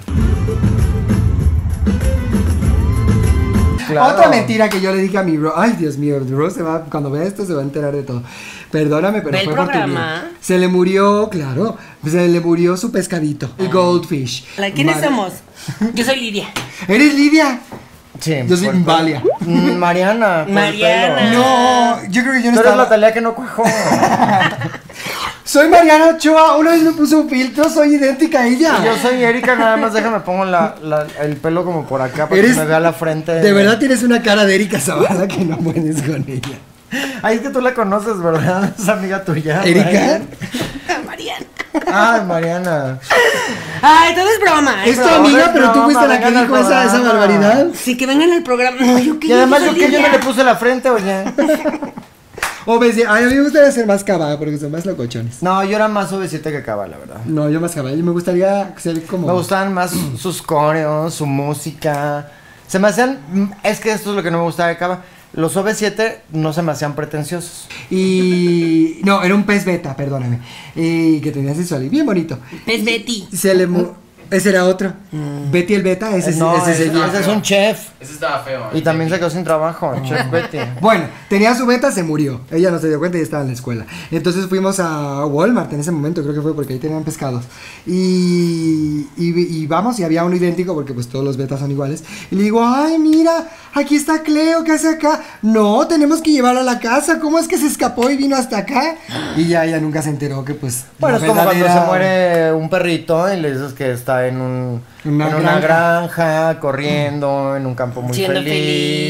Speaker 2: Claro.
Speaker 6: Otra mentira que yo le dije a mi bro. Ay, Dios mío, Rose se va, cuando vea esto se va a enterar de todo. Perdóname, pero
Speaker 5: Ve el
Speaker 6: fue por tu bien.
Speaker 5: programa.
Speaker 6: Se le murió, claro, se le murió su pescadito, el goldfish.
Speaker 5: ¿La- ¿Quiénes
Speaker 6: Madre-
Speaker 5: somos? Yo soy Lidia.
Speaker 6: ¿Eres Lidia?
Speaker 2: Sí,
Speaker 6: Yo soy
Speaker 2: por-
Speaker 6: Invalia.
Speaker 2: Mm, Mariana. por
Speaker 5: Mariana.
Speaker 2: pelo.
Speaker 6: No, yo creo que yo
Speaker 2: Tú
Speaker 6: no
Speaker 2: eres la
Speaker 6: estaba.
Speaker 2: tarea que no cuajó.
Speaker 6: Soy Mariana Ochoa, una vez me puso un filtro, soy idéntica a ella.
Speaker 2: Yo soy Erika, nada más déjame pongo la- la- el pelo como por acá para
Speaker 6: Eres-
Speaker 2: que me vea la frente.
Speaker 6: De verdad tienes una cara de Erika Zavala que no puedes con ella.
Speaker 2: Ay, es que tú la conoces, ¿verdad? Es amiga tuya.
Speaker 6: ¿Erika?
Speaker 5: Mariana.
Speaker 2: Ay, Mariana.
Speaker 5: Ay, todo es broma. es
Speaker 6: ¿Es tu
Speaker 2: No,
Speaker 6: amiga,
Speaker 2: no,
Speaker 6: pero tú
Speaker 2: no,
Speaker 6: fuiste la
Speaker 2: vengan
Speaker 6: que
Speaker 2: al
Speaker 6: dijo esa, esa
Speaker 2: programa.
Speaker 6: barbaridad?
Speaker 5: broma. Sí, que vengan al programa. No, yo qué
Speaker 2: Y además yo
Speaker 5: soy
Speaker 2: que yo
Speaker 5: Lidia.
Speaker 2: no le puse la frente, oye.
Speaker 6: O ves, ay, a mí me gustaría ser más cava porque son más locochones.
Speaker 2: No, yo era más obesita que Cava, la verdad.
Speaker 6: No, yo más cava, yo me gustaría ser como.
Speaker 2: Me gustaban más sus coreos, su música. Se me hacían. mm, Es que esto es lo que no me gustaba de Cava. Los OV7 no se me hacían pretenciosos.
Speaker 6: Y. No, era un pez beta, perdóname. Y que tenía sexual y bien bonito.
Speaker 5: Es Betty.
Speaker 6: Se le. mu- Ese era otro. Betty el beta, ese, sí-
Speaker 2: Mm. Eh, no,
Speaker 6: ese
Speaker 2: ese,
Speaker 6: seguía.
Speaker 2: ese es un chef.
Speaker 8: Ese estaba feo.
Speaker 2: Y también se quedó sin trabajo, Chef Betty.
Speaker 6: Bueno, tenía su beta, se murió. Ella no se dio cuenta y estaba en la escuela. Entonces fuimos a Walmart en ese momento, creo que fue porque ahí tenían pescados. Y, y- y vamos, y había uno idéntico porque pues todos los betas son iguales. Y le digo, ay, mira, aquí está Cleo, ¿qué hace acá? No, tenemos que llevarla a la casa. ¿Cómo es que se escapó y vino hasta acá? Y ya ella nunca se enteró que pues...
Speaker 2: Bueno,
Speaker 6: la
Speaker 2: es como cuando
Speaker 6: verdadera-
Speaker 2: se muere un perrito y le dices que está en, un,
Speaker 6: Una
Speaker 2: en una
Speaker 6: granja.
Speaker 2: granja, corriendo, en un campo muy
Speaker 5: Siendo
Speaker 2: feliz.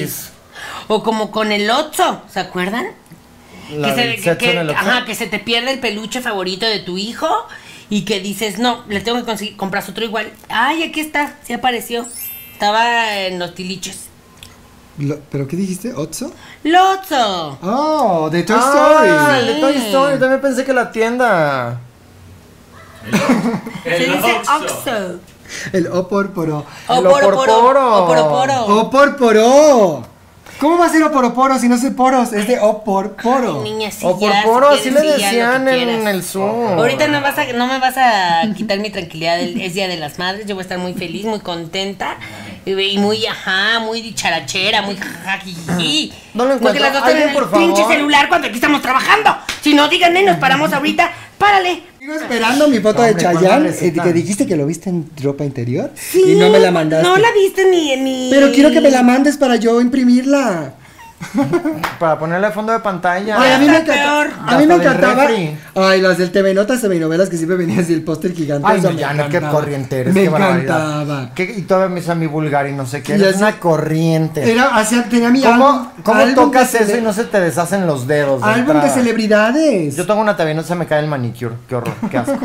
Speaker 5: feliz. O como con el Otso, ¿se acuerdan?
Speaker 2: La
Speaker 5: que, se,
Speaker 2: del
Speaker 5: que-
Speaker 2: sexo
Speaker 5: que-
Speaker 2: en el
Speaker 5: ajá,
Speaker 2: océano.
Speaker 5: que se te pierde el peluche favorito de tu hijo y que dices, no, le tengo que conseguir, compras otro igual. Ay, aquí está, sí apareció. Estaba en los tiliches.
Speaker 6: Lo- ¿Pero qué dijiste? ¿Otso?
Speaker 5: ¡Lotso!
Speaker 6: Oh, de Toy
Speaker 2: Ah,
Speaker 6: Story.
Speaker 2: el de Toy Story. También pensé que la tienda.
Speaker 5: Se dice Oxo.
Speaker 6: El O por poro.
Speaker 5: O
Speaker 2: El
Speaker 5: poroporo.
Speaker 2: oporoporo.
Speaker 5: O poroporo.
Speaker 6: ¡O por poro! ¿Cómo va a ser oporoporo si no sé poros? Es de o por poro.
Speaker 5: Niña, sí,
Speaker 2: o por
Speaker 5: ya, si
Speaker 2: poro, así
Speaker 5: quieres,
Speaker 2: le
Speaker 5: sí, ya, lo
Speaker 2: decían
Speaker 5: que
Speaker 2: en
Speaker 5: quieras.
Speaker 2: el Zoom.
Speaker 5: Ahorita no, vas a, no me vas a quitar mi tranquilidad, el- es Día de las Madres, yo voy a estar muy feliz, muy contenta y y muy, ajá, muy dicharachera, muy jajajiji.
Speaker 2: No lo
Speaker 5: Porque
Speaker 2: encuentro.
Speaker 5: las dos tienen
Speaker 2: Alguien,
Speaker 5: el
Speaker 2: por
Speaker 5: pinche
Speaker 2: favor.
Speaker 5: celular cuando aquí estamos trabajando. Si no, díganme, nos paramos ahorita, párale.
Speaker 6: Sigo esperando mi foto de
Speaker 2: Hombre, ¿cuándo
Speaker 6: Chayanne,
Speaker 2: receta?
Speaker 6: eh, que dijiste que lo viste en ropa interior y no me la mandaste.
Speaker 5: No la viste ni en mi...
Speaker 6: Pero quiero que me la mandes para yo imprimirla.
Speaker 2: Para ponerle fondo de pantalla.
Speaker 6: Ay, a mí me
Speaker 5: está
Speaker 6: encanta-
Speaker 5: peor.
Speaker 6: a mí me
Speaker 2: Hasta del
Speaker 6: encantaba.
Speaker 2: refri.
Speaker 6: Ay, las del TV Notas, TV Novelas que siempre venía así el póster gigante.
Speaker 2: Ay,
Speaker 6: eso
Speaker 2: no,
Speaker 6: me
Speaker 2: ya no, qué
Speaker 6: encantaba.
Speaker 2: corriente eres,
Speaker 6: Me
Speaker 2: qué barbaridad.
Speaker 6: encantaba.
Speaker 2: ¿Qué- y todavía me hizo a mi vulgar y no sé qué.
Speaker 6: Y
Speaker 2: Eres
Speaker 6: así-
Speaker 2: una corriente.
Speaker 6: Era, hacía, tenía mi álbum.
Speaker 2: ¿Cómo, cómo
Speaker 6: álbum
Speaker 2: tocas
Speaker 6: de
Speaker 2: eso
Speaker 6: cele-
Speaker 2: y no se te deshacen los dedos? de
Speaker 6: Álbum de
Speaker 2: entrada?
Speaker 6: celebridades.
Speaker 2: Yo tengo una tabla y no se me cae el manicure. Qué horror, qué asco.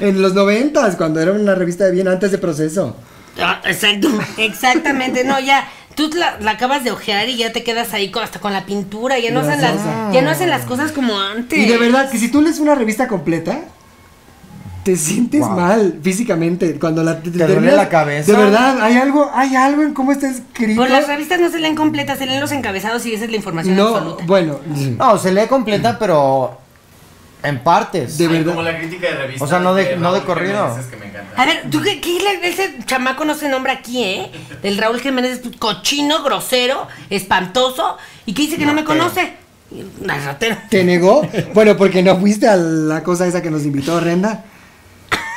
Speaker 6: En los noventas, cuando era una revista de bien antes de proceso.
Speaker 5: Ah, exacto. Exactamente, no, ya. Tú la, la acabas de ojear y ya te quedas ahí con- hasta con la pintura, ya no, hacen las, ya no hacen las cosas como antes.
Speaker 6: Y de verdad, que si tú lees una revista completa, te sientes mal físicamente. Cuando la, te,
Speaker 2: duele
Speaker 6: terminas-
Speaker 2: la cabeza?
Speaker 6: De verdad, hay algo, hay algo en cómo está escrito.
Speaker 5: Pues las revistas no se leen completas, se leen los encabezados y esa es la información
Speaker 6: no,
Speaker 5: absoluta.
Speaker 6: bueno,
Speaker 2: No, se lee completa, pero en partes.
Speaker 6: Mm. de
Speaker 8: Como
Speaker 6: verdad.
Speaker 8: la crítica de revista.
Speaker 2: O sea, no de- no de
Speaker 8: Raúl
Speaker 2: corrido. Ah,
Speaker 8: Jiménez, es que me encanta.
Speaker 5: A ver, ¿tú qué, qué le- ese chamaco no se nombra aquí, eh? El Raúl Jiménez es cochino, grosero, espantoso y que dice que no me conoce. Al ratero.
Speaker 6: ¿Te negó? Bueno, porque no fuiste a la cosa esa que nos invitó Renda.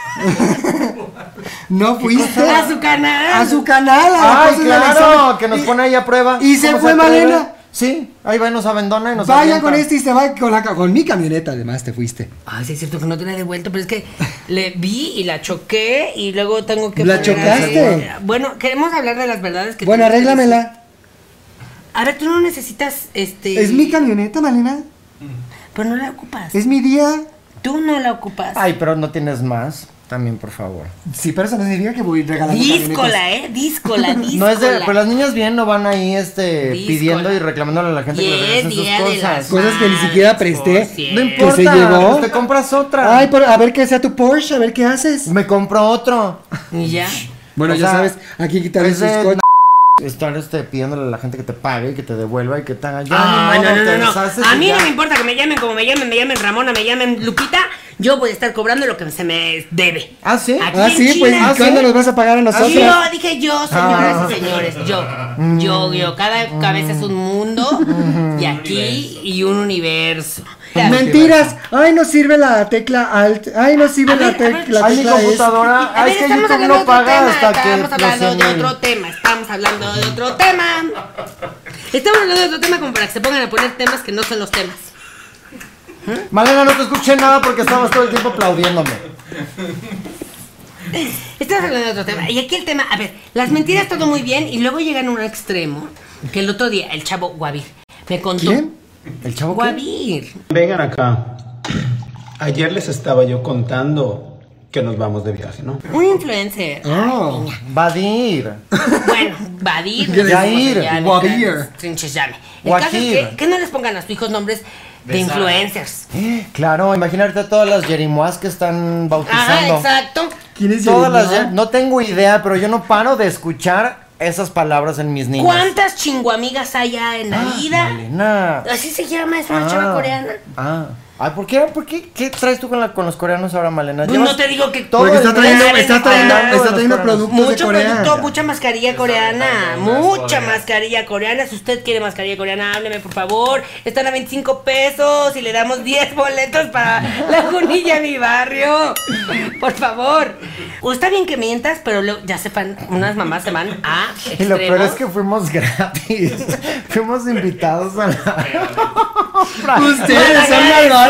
Speaker 6: no fuiste
Speaker 5: A su canal.
Speaker 6: a su canal. a la
Speaker 2: Ay,
Speaker 6: cosa de
Speaker 2: pues claro,
Speaker 6: Alexander.
Speaker 2: que nos
Speaker 6: Y-
Speaker 2: pone ahí a prueba.
Speaker 6: Y se
Speaker 2: ¿Cómo
Speaker 6: fue
Speaker 2: atreve?
Speaker 6: Malena.
Speaker 2: Sí, ahí va y nos abandona y nos
Speaker 6: Vayan
Speaker 2: avienta.
Speaker 6: con este y se va con, la ca- con mi camioneta, además te fuiste.
Speaker 5: Ah, sí, es cierto que no tenía devuelto, pero es que le vi y la choqué y luego tengo que.
Speaker 6: ¿La
Speaker 5: poner ahí-
Speaker 6: chocaste?
Speaker 5: Bueno, queremos hablar de las verdades que.
Speaker 6: Bueno,
Speaker 5: tú-
Speaker 6: arréglamela.
Speaker 5: A ver, tú no necesitas este.
Speaker 6: Es mi camioneta, Malena.
Speaker 5: Pero no la ocupas.
Speaker 6: Es mi día.
Speaker 5: Tú no la ocupas.
Speaker 2: Ay, pero no tienes más. También, por favor.
Speaker 6: Sí, pero eso no significa que voy regalando camionetas.
Speaker 5: Díscola, ¿eh? Díscola, díscola.
Speaker 2: No es de, pero las niñas bien no van ahí este
Speaker 5: Díscola.
Speaker 2: pidiendo y reclamándole a la gente
Speaker 5: Y
Speaker 2: que le
Speaker 5: es
Speaker 2: regresen sus
Speaker 5: Día de las
Speaker 2: cosas.
Speaker 6: Cosas que ni
Speaker 5: Madres,
Speaker 6: siquiera
Speaker 5: por
Speaker 6: presté.
Speaker 5: cierto.
Speaker 2: No
Speaker 5: que
Speaker 2: importa,
Speaker 6: Pues, se llevó.
Speaker 2: pues te compras otra.
Speaker 6: Ay, por- a ver que sea tu Porsche, a ver qué haces.
Speaker 2: Me compro otro.
Speaker 5: Y ya.
Speaker 6: Bueno,
Speaker 2: O
Speaker 6: ya
Speaker 2: sea,
Speaker 6: sabes, aquí quitarle
Speaker 2: es
Speaker 6: sus
Speaker 2: de
Speaker 6: coches.
Speaker 2: Estar este, pidiéndole a la gente que te pague y que te devuelva y que te haga. Ya,
Speaker 5: Ah,
Speaker 2: ni
Speaker 5: no,
Speaker 2: modo,
Speaker 5: no,
Speaker 2: te
Speaker 5: no, no.
Speaker 2: deshaces
Speaker 5: A
Speaker 2: y
Speaker 5: mí
Speaker 2: ya.
Speaker 5: no me importa que me llamen como me llamen, me llamen Ramona, me llamen Lupita. Yo voy a estar cobrando lo que se me debe.
Speaker 2: Ah, ¿sí?
Speaker 5: Aquí
Speaker 6: Ah,
Speaker 5: en
Speaker 6: sí, pues, ¿y
Speaker 5: China.
Speaker 6: cuándo nos vas a pagar a nosotros?
Speaker 5: Yo dije yo,
Speaker 2: Ah.
Speaker 5: señoras y señores, yo,
Speaker 2: Mm.
Speaker 5: yo, yo, cada cabeza es un mundo y aquí y un universo. A ver,
Speaker 6: Mentiras. Ay, no sirve la tecla alt. Ay, no sirve
Speaker 5: A ver,
Speaker 6: la
Speaker 5: a ver.
Speaker 6: tecla.
Speaker 2: Ay, mi
Speaker 6: tecla es.
Speaker 2: computadora. Ay, es que
Speaker 5: estamos
Speaker 2: YouTube
Speaker 5: hablando de
Speaker 2: no
Speaker 5: otro
Speaker 2: paga
Speaker 5: tema,
Speaker 2: hasta que.
Speaker 5: estamos hablando de
Speaker 2: señalen.
Speaker 5: otro tema, estamos hablando de otro tema. Estamos hablando de otro tema como para que se pongan a poner temas que no son los temas.
Speaker 2: Malena, no te escuché nada porque estabas todo el tiempo aplaudiéndome.
Speaker 5: Estamos hablando de otro tema. Y aquí el tema, a ver, las mentiras todo muy bien y luego llegan a un extremo que el otro día el chavo Guavir me contó.
Speaker 6: ¿Quién?
Speaker 2: El chavo. qué?
Speaker 5: Guavir.
Speaker 8: Vengan acá. Ayer les estaba yo contando que nos vamos de viaje, ¿no?
Speaker 5: Un influencer.
Speaker 6: Oh.
Speaker 2: Va a ir.
Speaker 5: Bueno, Badir.
Speaker 6: Yair, Guavir.
Speaker 5: Trinches llame. El caso es que,
Speaker 2: Guajir.
Speaker 5: que no les pongan a sus hijos nombres de, influencers.
Speaker 2: Claro, imagínate a todas las Jerimoas que están
Speaker 5: Ajá,
Speaker 2: bautizando.
Speaker 5: exacto.
Speaker 6: ¿Quién es
Speaker 2: Todas las
Speaker 6: Jeremiah?
Speaker 2: Jer- No tengo idea, pero yo no paro de escuchar esas palabras en mis niños. Ah,
Speaker 5: ¿Cuántas chinguamigas hay ya en la
Speaker 6: Ah,
Speaker 5: vida?
Speaker 2: Malena.
Speaker 5: Así se llama, es una chava coreana.
Speaker 2: Ah. Ay, ¿por qué? ¿Por qué? ¿Qué traes tú con, la- con los coreanos ahora, Malena?
Speaker 5: Pues
Speaker 2: Llevas
Speaker 5: no te digo que
Speaker 2: todo
Speaker 6: Porque está
Speaker 2: el-
Speaker 6: trayendo,
Speaker 5: Claro,
Speaker 6: está
Speaker 5: es
Speaker 6: trayendo,
Speaker 5: claro.
Speaker 6: está trayendo productos de
Speaker 5: Mucho
Speaker 6: Corea.
Speaker 5: producto, mucha mascarilla coreana, mucha mascarilla coreana. Si usted quiere mascarilla coreana, hábleme por favor. Están a 25 pesos y le damos 10 boletos para la junilla mi barrio. Por favor. O está bien que mientas, pero luego ya sepan, unas mamás se van a
Speaker 2: Y lo
Speaker 5: extremos.
Speaker 2: peor es que fuimos gratis. fuimos invitados a la.
Speaker 6: Ustedes son malvadas.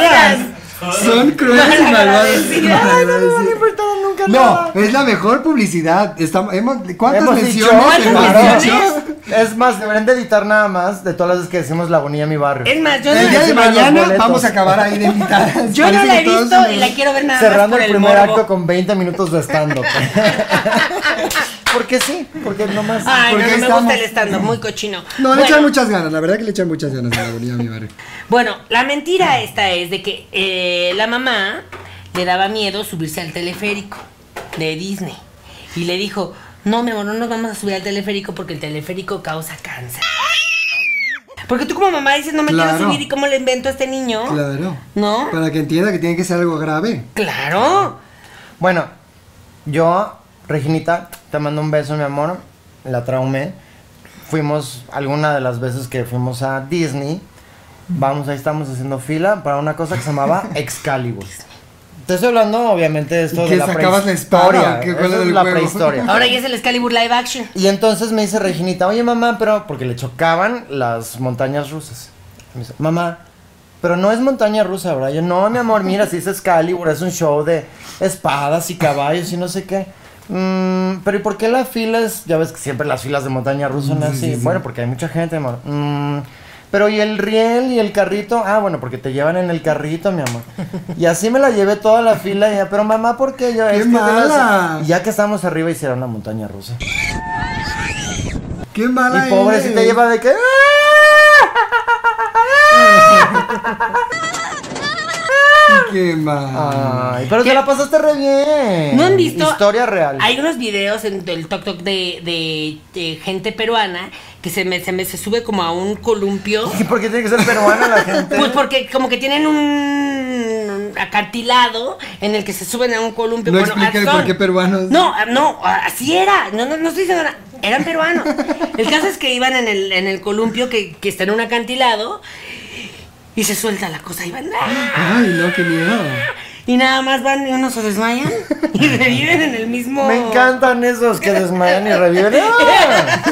Speaker 6: Son crueles y malvadas.
Speaker 5: Malagradecidas.
Speaker 2: Ay, no nos van a importar nunca
Speaker 6: No,
Speaker 2: nada.
Speaker 6: es la mejor publicidad. Estamos, hemos, ¿Cuántas
Speaker 2: Hemos dicho,
Speaker 6: menciones?
Speaker 5: ¿Cuántas
Speaker 6: hemos
Speaker 2: claro.
Speaker 5: menciones?
Speaker 6: hecho?
Speaker 2: Es más, deberían de editar nada más de todas las veces que decimos la bonilla mi barrio.
Speaker 5: Es más, yo no,
Speaker 6: El día de
Speaker 2: Encima de los
Speaker 6: mañana
Speaker 2: boletos.
Speaker 6: vamos a acabar ahí de invitadas.
Speaker 5: yo no
Speaker 6: Parece
Speaker 5: la he
Speaker 6: que todos
Speaker 5: visto
Speaker 6: somos-
Speaker 5: y la quiero ver nada
Speaker 2: Cerrando
Speaker 5: más por
Speaker 2: el
Speaker 5: el,
Speaker 2: primer
Speaker 5: morbo.
Speaker 2: acto con 20 minutos de stand-up. porque sí, porque nomás.
Speaker 5: Ay, no,
Speaker 6: Porque
Speaker 5: no me
Speaker 6: estamos-
Speaker 5: gusta el estando, muy cochino.
Speaker 6: No, le
Speaker 5: Bueno,
Speaker 6: echan muchas ganas, la verdad que le echan muchas ganas a la agonía a mi barrio.
Speaker 5: Bueno, la mentira esta es de que eh, la mamá le daba miedo subirse al teleférico de Disney. Y le dijo, no, mi amor, no nos vamos a subir al teleférico porque el teleférico causa cáncer. Porque tú como mamá dices, no me
Speaker 6: Claro.
Speaker 5: quiero subir y cómo le invento a este niño.
Speaker 6: Claro.
Speaker 5: ¿No?
Speaker 6: Para que entienda que tiene que ser algo grave.
Speaker 5: Claro.
Speaker 2: Bueno, yo, Reginita, te mando un beso, mi amor. La traumé. Fuimos, alguna de las veces que fuimos a Disney, vamos, ahí estamos haciendo fila para una cosa que se llamaba Excalibur. Te estoy hablando, obviamente, de esto
Speaker 6: ¿Y
Speaker 2: de
Speaker 6: qué,
Speaker 2: la
Speaker 6: sacabas la espada
Speaker 2: prehistoria.
Speaker 6: o qué?
Speaker 2: Eso
Speaker 6: ¿Cuál era
Speaker 2: es
Speaker 6: el
Speaker 2: la
Speaker 6: juego?
Speaker 2: prehistoria.
Speaker 5: Ahora ya es el Excalibur Live Action.
Speaker 2: Y entonces me dice Reginita, oye mamá, pero porque le chocaban las montañas rusas. Me dice, mamá, pero no es montaña rusa, ¿verdad? Yo, no, mi amor, mira, si es Excalibur, es un show de espadas y caballos y no sé qué. "Mm, pero ¿y por qué las filas? Ya ves que siempre las filas de montaña rusa son así. Bueno, porque hay mucha gente, amor. "Mm, pero ¿y el riel y el carrito? Ah, bueno, porque te llevan en el carrito, mi amor. Y así me la llevé toda la fila. y ya, pero mamá, ¿por qué? Yo,
Speaker 6: ¡Qué
Speaker 2: "Es que de las-
Speaker 6: mala!
Speaker 2: Ya que estamos arriba, hicieron la montaña rusa.
Speaker 6: Qué mala
Speaker 2: Y pobre
Speaker 6: eres.
Speaker 2: si te lleva de que.
Speaker 6: Qué
Speaker 5: Ah.
Speaker 6: mala.
Speaker 2: Ay, pero te la pasaste re bien.
Speaker 5: ¿No han visto?
Speaker 2: Eh, Historia real.
Speaker 5: Hay unos videos en el TikTok de, de, de gente peruana que se me, se me se sube como a un columpio.
Speaker 2: ¿Y por qué tiene que ser peruana la gente?
Speaker 5: Pues porque como que tienen un acantilado en el que se suben a un columpio.
Speaker 6: No explica el
Speaker 5: ah, son-
Speaker 6: por qué peruanos.
Speaker 5: No, ah, no, ah, así era. No, no, no estoy diciendo nada. Eran peruanos. El caso es que iban en el, en el columpio que, que está en un acantilado y se suelta la cosa y van. ¡ah!
Speaker 6: Ay, no, qué miedo.
Speaker 5: Y nada más van y unos se desmayan y reviven en el mismo.
Speaker 2: Me encantan esos que desmayan y reviven. ¡Ah!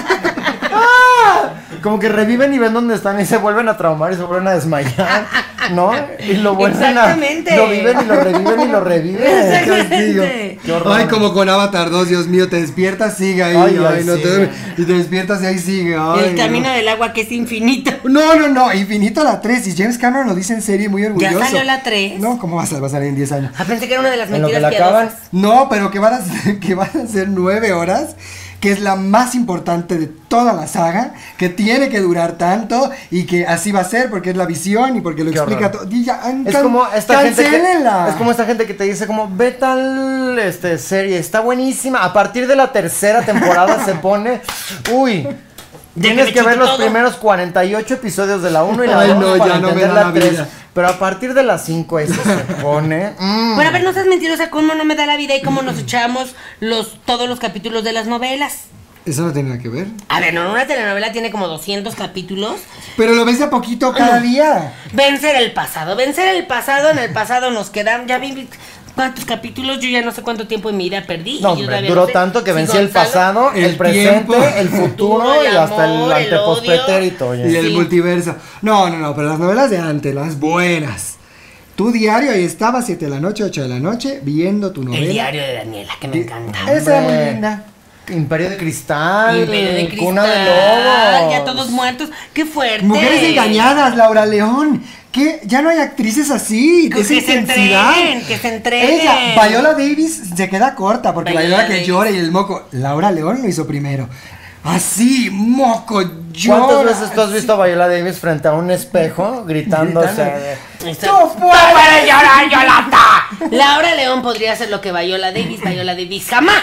Speaker 2: ¡Ah! Como que reviven y ven dónde están y se vuelven a traumar y se vuelven a desmayar, ¿no? Y lo vuelven a.
Speaker 5: Exactamente.
Speaker 2: Lo viven y lo reviven y lo reviven.
Speaker 5: Exactamente.
Speaker 2: Qué horror.
Speaker 6: Ay, como con Avatar 2, Dios mío, te despiertas, sigue ahí.
Speaker 2: Ay,
Speaker 6: Ay,
Speaker 2: ay,
Speaker 6: no te
Speaker 2: sigue.
Speaker 6: duermes. Y te despiertas y ahí sigue. Ay,
Speaker 5: El
Speaker 6: no.
Speaker 5: camino del agua que es infinito.
Speaker 6: No, no, no, infinito la 3 y James Cameron lo dice en serie muy orgulloso.
Speaker 5: salió la tres?
Speaker 6: No, ¿cómo vas a, va a salir en 10 años?
Speaker 5: Ah, pensé que era una de las
Speaker 2: En lo que
Speaker 5: mentiras
Speaker 2: la acaban.
Speaker 5: piadosas.
Speaker 6: No, pero que van a ser, que van a ser 9 horas, que es la más importante de toda la saga, que tiene que durar tanto y que así va a ser porque es la visión y porque lo
Speaker 2: Qué
Speaker 6: explica
Speaker 2: horror.
Speaker 6: todo. Y ya, can-
Speaker 2: Es como esta gente que,
Speaker 6: cancélenla.
Speaker 2: es como esta gente que te dice como ve tal este serie, está buenísima. A partir de la tercera temporada se pone uy.
Speaker 5: Ya
Speaker 2: Tienes
Speaker 5: que me
Speaker 2: que ver
Speaker 5: chute
Speaker 2: los
Speaker 5: todo".
Speaker 2: primeros 48 episodios de la 1 y la
Speaker 6: Ay,
Speaker 2: 2
Speaker 6: no,
Speaker 2: para
Speaker 6: ya no me
Speaker 2: entender
Speaker 6: da
Speaker 2: la
Speaker 6: la
Speaker 2: 3.
Speaker 6: vida.
Speaker 2: Pero a partir de la 5 eso se pone. mm.
Speaker 5: Bueno, a ver, no seas mentirosa, ¿cómo no me da la vida y cómo nos echamos los, todos los capítulos de las novelas?
Speaker 6: Eso no tiene nada que ver.
Speaker 5: A ver, no, una telenovela tiene como 200 capítulos.
Speaker 6: Pero lo ves de a poquito cada día.
Speaker 5: Vencer el pasado, vencer el pasado, en el pasado nos quedan, ya vi cuántos capítulos, yo ya no sé cuánto tiempo en mi vida
Speaker 2: No,
Speaker 5: perdí. y yo
Speaker 2: hombre,
Speaker 5: todavía
Speaker 2: duró
Speaker 5: no sé
Speaker 2: tanto que
Speaker 5: si
Speaker 2: vencí el
Speaker 5: Gonzalo-
Speaker 2: pasado, el,
Speaker 6: el
Speaker 2: presente,
Speaker 6: tiempo,
Speaker 2: el futuro
Speaker 5: futuro,
Speaker 2: y
Speaker 5: el
Speaker 2: hasta el
Speaker 5: amor, el
Speaker 2: antepospetérito.
Speaker 5: odio.
Speaker 2: oye.
Speaker 6: Y el
Speaker 5: Sí.
Speaker 6: multiverso. No, no, no, pero las novelas de antes, las buenas. Tu diario ahí estaba, 7 de la noche, 8 de la noche, viendo tu novela.
Speaker 5: El diario de Daniela, que me encanta.
Speaker 6: Esa era muy
Speaker 2: Hombre.
Speaker 6: linda.
Speaker 2: Imperio de cristal,
Speaker 5: Imperio de cristal,
Speaker 2: cuna de lobos.
Speaker 5: Ya todos muertos. Qué fuerte.
Speaker 6: Mujeres engañadas, Laura León. ¿Qué? Ya no hay actrices así, de
Speaker 5: Que
Speaker 6: esa
Speaker 5: se
Speaker 6: intensidad.
Speaker 5: entreguen, que se entreguen.
Speaker 6: Ella, Viola Davis se queda corta porque
Speaker 5: Viola
Speaker 6: Viola, que
Speaker 5: Davis.
Speaker 6: llora y el moco. Laura León lo hizo primero. Así, moco, llora.
Speaker 2: ¿Cuántas veces tú has visto a Viola Davis frente a un espejo gritándose?
Speaker 5: Está-
Speaker 6: ¡No puedes llorar, Yolanda!
Speaker 5: Laura León podría hacer lo que Viola Davis. Viola Davis jamás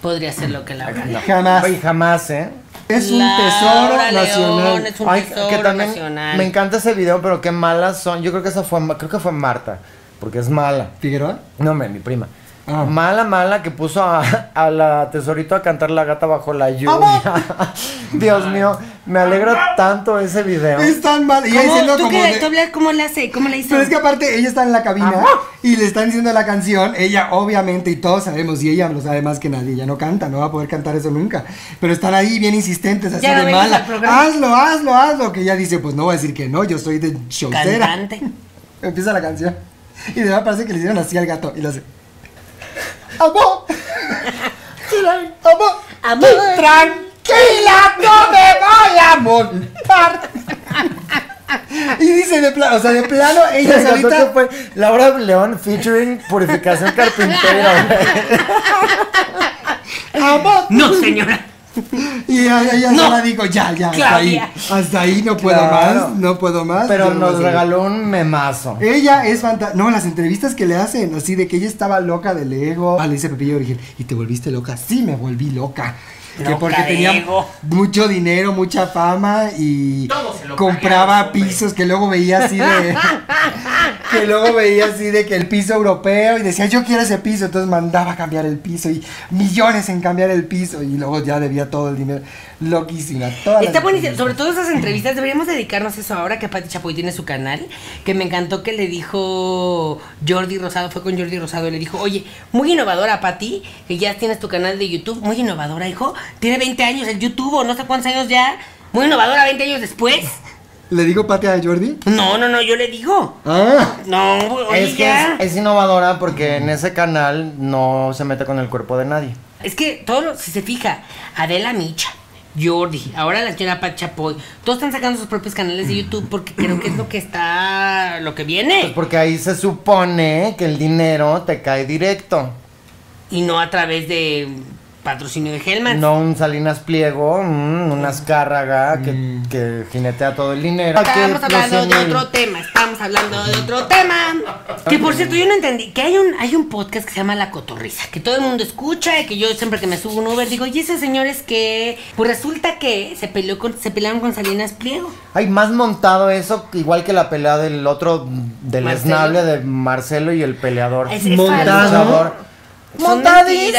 Speaker 5: podría hacer lo que Laura León.
Speaker 6: Jamás.
Speaker 2: Oye, jamás, ¿eh?
Speaker 6: Es un
Speaker 5: Laura
Speaker 6: tesoro
Speaker 5: León
Speaker 6: nacional.
Speaker 5: es un tesoro nacional.
Speaker 2: me encanta ese video, pero qué malas son. Yo creo que esa fue, Ma- creo que fue Marta, porque es mala.
Speaker 6: ¿Figueroa?
Speaker 2: No, hombre, mi prima.
Speaker 6: Ah.
Speaker 2: Mala, mala que puso a, a la tesorito a cantar la gata bajo la lluvia.
Speaker 6: ¡Amor!
Speaker 2: Dios mío, me alegra tanto ese video.
Speaker 6: Es tan mal. Y ella
Speaker 5: ¿Cómo,
Speaker 6: diciendo
Speaker 5: ¿Tú
Speaker 6: como
Speaker 5: qué?
Speaker 6: de-
Speaker 5: ¿Tú hablas cómo la hace? ¿Cómo la hizo?
Speaker 6: Pero es que aparte ella está en la cabina y le están diciendo la canción, ella obviamente y todos sabemos y ella lo sabe más que nadie, ella no canta, no va a poder cantar eso nunca, pero están ahí bien insistentes así
Speaker 5: Ya no
Speaker 6: de
Speaker 5: vengas al
Speaker 6: mala,
Speaker 5: programa.
Speaker 6: hazlo, hazlo, hazlo, que ella dice, pues no voy a decir que no, yo soy de showcera.
Speaker 5: Cantante.
Speaker 6: Empieza la canción y de verdad parece que le hicieron así al gato y le hace, ¡Amor! ¡Amor!
Speaker 5: Amor.
Speaker 6: ¡Tranquila, no me voy a montar! Y dice de plano, o sea, de plano ella
Speaker 2: Me encantó
Speaker 6: solita
Speaker 2: que fue Laura León featuring Purificación Carpintera. güey.
Speaker 6: ¡Amor!
Speaker 5: No, señora.
Speaker 6: Y ella, ella
Speaker 5: No.
Speaker 6: sola dijo, ya, ya, hasta ahí,
Speaker 5: Clalia.
Speaker 6: hasta ahí no puedo
Speaker 2: Claro.
Speaker 6: más, no puedo más.
Speaker 2: Pero
Speaker 6: yo no
Speaker 2: nos
Speaker 6: sé".
Speaker 2: regaló un memazo.
Speaker 6: Ella es fantástica. No, las entrevistas que le hacen, así de que ella estaba loca del ego. Ah, le dice Pepillo Origen, ¿y te volviste loca? Sí, me volví loca. que
Speaker 5: Loca
Speaker 6: porque
Speaker 5: de
Speaker 6: tenía
Speaker 5: ego.
Speaker 6: mucho dinero, mucha fama y compraba pisos que luego veía así de. que luego veía así de que el piso europeo y decía, yo quiero ese piso. Entonces mandaba a cambiar el piso y millones en cambiar el piso y luego ya debía todo el dinero. Loquísima. todas
Speaker 5: Está
Speaker 6: las
Speaker 5: buenísimo.
Speaker 6: entrevistas.
Speaker 5: Sobre todo esas entrevistas. Deberíamos dedicarnos a eso ahora que Pati Chapoy tiene su canal. Que me encantó que le dijo Jordi Rosado. Fue con Jordi Rosado. y Le dijo, oye, muy innovadora, Pati. Que ya tienes tu canal de YouTube. Muy innovadora, hijo. Tiene 20 años el YouTube o no sé cuántos años ya. Muy innovadora, 20 años después.
Speaker 6: ¿Le digo patea a Jordi?
Speaker 5: No, no, no, yo le digo.
Speaker 6: Ah.
Speaker 5: No, oye,
Speaker 2: Es que
Speaker 5: ya.
Speaker 2: es, es innovadora porque en ese canal no se mete con el cuerpo de nadie.
Speaker 5: Es que todo, lo- si se fija, Adela Micha, Jordi, ahora la señora Pat Chapoy, todos están sacando sus propios canales de YouTube porque creo que es lo que está, lo que viene.
Speaker 2: Pues Porque ahí se supone que el dinero te cae directo.
Speaker 5: Y no a través de patrocinio de Hellman.
Speaker 2: No un Salinas Pliego, mm, una escárraga que,
Speaker 6: Mm.
Speaker 2: que jinetea todo el dinero.
Speaker 5: Estamos
Speaker 2: Que
Speaker 5: hablando de
Speaker 2: 12,000.
Speaker 5: otro tema, estamos hablando de otro tema. Que por cierto, yo no entendí, que hay un, hay un podcast que se llama La Cotorriza, que todo el mundo escucha y que yo siempre que me subo un Uber digo, y ese señor es que, pues resulta que se peleó con, se pelearon con Salinas Pliego.
Speaker 2: Hay más montado eso, igual que la pelea del otro, del
Speaker 5: Marcelo.
Speaker 2: esnable de Marcelo y el peleador.
Speaker 5: Es- es
Speaker 6: Montado.
Speaker 5: falso.
Speaker 2: Luchador.
Speaker 5: Son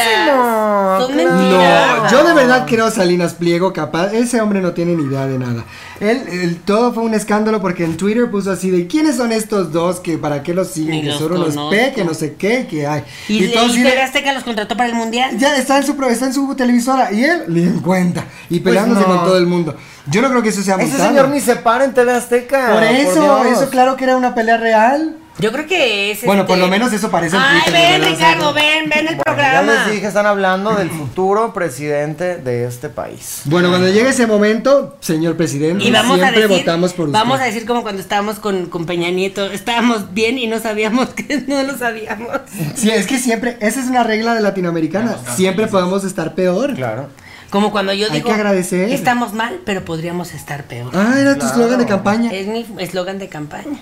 Speaker 2: Montadísimo.
Speaker 5: mentiras, son
Speaker 2: claro.
Speaker 5: mentiras.
Speaker 6: No, yo de verdad creo a Salinas Pliego capaz. Ese hombre no tiene ni idea de nada. Él, él- todo fue un escándalo porque en Twitter puso así de quiénes son estos dos que para qué los siguen,
Speaker 5: Ni
Speaker 6: que
Speaker 5: los
Speaker 6: son unos
Speaker 5: conozco.
Speaker 6: P, que no sé qué, que hay.
Speaker 5: Y,
Speaker 6: todo
Speaker 5: y
Speaker 6: así de-
Speaker 5: TV Azteca los contrató para el mundial.
Speaker 6: ya está en su pro- está en su televisora y él le encuentra y
Speaker 2: Pues
Speaker 6: peleándose
Speaker 2: no.
Speaker 6: con todo el mundo. Yo no creo que eso sea
Speaker 2: Ese
Speaker 6: montado.
Speaker 2: señor ni se para en TV Azteca.
Speaker 6: Por eso,
Speaker 2: Dios.
Speaker 6: eso claro que era una pelea real.
Speaker 5: Yo creo que es.
Speaker 6: Bueno, por
Speaker 5: este-
Speaker 6: lo menos eso parece en
Speaker 5: Ay,
Speaker 6: Twitter,
Speaker 5: ven,
Speaker 6: ¿verdad?
Speaker 5: Ricardo, ven, ven el
Speaker 2: Ya
Speaker 5: programa.
Speaker 2: les dije, están hablando del futuro presidente de este país.
Speaker 6: Bueno, cuando llegue ese momento, señor presidente,
Speaker 5: Y vamos a
Speaker 6: siempre
Speaker 5: decir,
Speaker 6: votamos por usted.
Speaker 5: vamos a decir como cuando estábamos con, con Peña Nieto, estábamos bien y no sabíamos que no lo sabíamos.
Speaker 6: Sí, es que siempre, esa es una regla de latinoamericana. Siempre podemos estar peor.
Speaker 2: Claro.
Speaker 5: Como cuando yo
Speaker 6: Hay
Speaker 5: digo,
Speaker 6: que agradecer.
Speaker 5: estamos mal, pero podríamos estar peor.
Speaker 6: Ah, era tu
Speaker 2: Claro.
Speaker 6: eslogan de campaña.
Speaker 5: Es mi eslogan de campaña.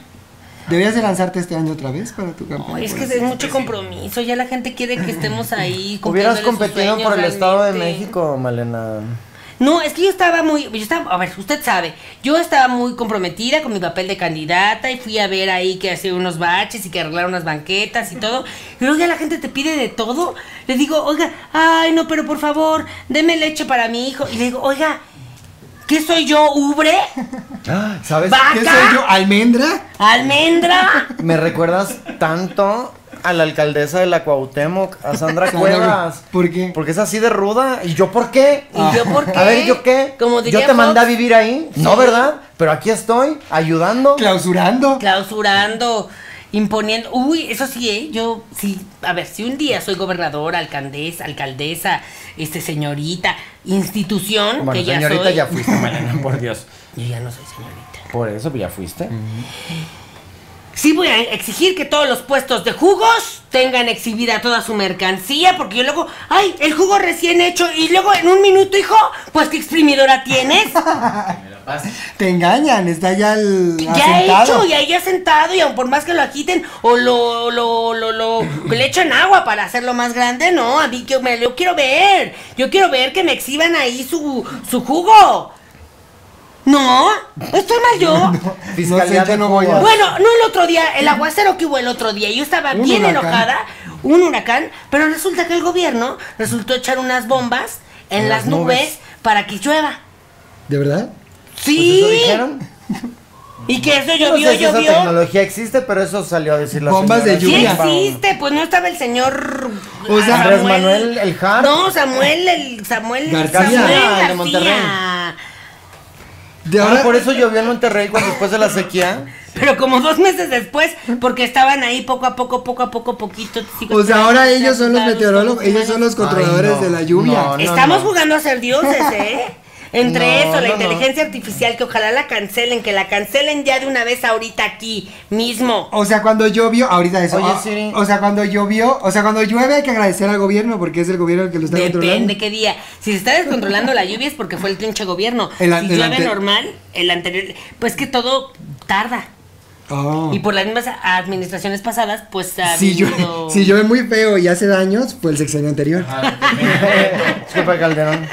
Speaker 6: Deberías de lanzarte este año otra vez para tu campaña.
Speaker 5: es que es mucho compromiso, ya la gente quiere que estemos ahí.
Speaker 2: Hubieras
Speaker 5: cumpliéndole sus
Speaker 2: competido
Speaker 5: sueños
Speaker 2: por el Estado de
Speaker 5: realmente.
Speaker 2: México, Malena.
Speaker 5: No, es que yo estaba muy, yo estaba, a ver, usted sabe, yo estaba muy comprometida con mi papel de candidata y fui a ver ahí que hacía unos baches y que arreglaron unas banquetas y todo. Y luego ya la gente te pide de todo. Le digo, oiga, ay no, pero por favor, deme leche para mi hijo. Y le digo, oiga, ¿qué soy yo? ¿Ubre?
Speaker 2: Ah, ¿Sabes?
Speaker 6: ¿Qué
Speaker 5: ¿Vaca?
Speaker 6: soy yo? ¿Almendra?
Speaker 5: ¿Almendra?
Speaker 2: Me recuerdas tanto a la alcaldesa de la Cuauhtémoc, a Sandra
Speaker 6: Sandra,
Speaker 2: Cuevas.
Speaker 6: ¿por qué?
Speaker 2: Porque es así de ruda. ¿Y yo por qué?
Speaker 5: ¿Y yo por qué?
Speaker 2: A ver, ¿yo qué?
Speaker 5: Como diría
Speaker 2: yo te mandé a
Speaker 5: Fox.
Speaker 2: vivir ahí. No, ¿verdad? Pero aquí estoy, ayudando.
Speaker 6: ¿Clausurando?
Speaker 5: clausurando, imponiendo. Uy, eso sí, ¿eh? Yo, sí, a ver, si un día soy gobernadora, alcaldesa, alcaldesa, este, señorita, institución,
Speaker 2: Bueno,
Speaker 5: que ya
Speaker 2: señorita,
Speaker 5: soy.
Speaker 2: ya fuiste, Malena, por Dios.
Speaker 5: Yo ya no soy señorita.
Speaker 2: Por eso pues, ya fuiste.
Speaker 5: Sí voy a exigir que todos los puestos de jugos tengan exhibida toda su mercancía, porque yo luego, ay, el jugo recién hecho, y luego en un minuto, hijo, pues qué exprimidora tienes.
Speaker 6: Te engañan, está ya el
Speaker 5: Ya
Speaker 6: asentado.
Speaker 5: hecho, y ahí ya sentado, y aun por más que lo agiten o lo, lo, lo, lo, que le echan agua para hacerlo más grande, no, a mí que me lo quiero ver. Yo quiero ver que me exhiban ahí su, su jugo. No, estoy mal yo.
Speaker 2: Fiscalía
Speaker 6: No sé, yo
Speaker 2: de
Speaker 6: no voy a-
Speaker 2: Cuba.
Speaker 5: Bueno, no el otro día, el aguacero que hubo el otro día, yo estaba
Speaker 6: Un
Speaker 5: bien
Speaker 6: huracán.
Speaker 5: enojada, un huracán, pero resulta que el gobierno resultó echar unas bombas en, las, nubes, para que llueva.
Speaker 6: ¿De verdad?
Speaker 5: Sí.
Speaker 2: Pues eso dijeron.
Speaker 5: Y que eso
Speaker 2: Yo no
Speaker 5: llovió,
Speaker 2: sé si esa
Speaker 5: llovió.
Speaker 2: tecnología existe, pero eso salió a decir la
Speaker 6: Bombas de
Speaker 5: Sí
Speaker 6: lluvia.
Speaker 2: señora Sheinbaum.
Speaker 5: existe, pues no estaba el señor
Speaker 6: O sea,
Speaker 2: Andrés Manuel, el Jar.
Speaker 5: No, Samuel, el Samuel
Speaker 6: García.
Speaker 5: Samuel
Speaker 2: Ah, el de
Speaker 5: García.
Speaker 2: Monterrey.
Speaker 6: De
Speaker 2: Ah,
Speaker 6: ahora,
Speaker 2: por eso llovió en Monterrey cuando después de la sequía.
Speaker 5: Pero como dos meses después, porque estaban ahí poco a poco, poco a poco, poquito. sigo
Speaker 6: o sea,
Speaker 5: esperando
Speaker 6: ahora
Speaker 5: que
Speaker 6: ellos son los
Speaker 5: sean
Speaker 6: meteorólogos,
Speaker 5: juzgados
Speaker 6: ellos
Speaker 5: como
Speaker 6: son los
Speaker 5: humanos.
Speaker 6: controladores
Speaker 2: Ay, no.
Speaker 6: de la lluvia.
Speaker 2: No, no.
Speaker 5: Estamos jugando a ser dioses, ¿eh? Entre
Speaker 2: No,
Speaker 5: eso, la
Speaker 2: no, no.
Speaker 5: inteligencia artificial, que ojalá la cancelen, que la cancelen ya de una vez ahorita aquí mismo.
Speaker 6: O sea, cuando llovió, ahorita eso.
Speaker 2: Oye,
Speaker 6: ah,
Speaker 2: Siri.
Speaker 6: O sea, cuando llovió, o sea, cuando llueve hay que agradecer al gobierno porque es el gobierno el que lo está controlando.
Speaker 5: Depende qué día. Si se está descontrolando la lluvia es porque fue el pinche gobierno.
Speaker 6: El an-
Speaker 5: si
Speaker 6: el
Speaker 5: llueve
Speaker 6: ante-
Speaker 5: normal, el anterior. Pues que todo tarda.
Speaker 6: Oh.
Speaker 5: Y por las mismas administraciones pasadas, pues ha
Speaker 6: Si llueve,
Speaker 5: habido-
Speaker 6: si llueve muy feo y hace daños, fue el sexenio anterior.
Speaker 2: Disculpa, Calderón.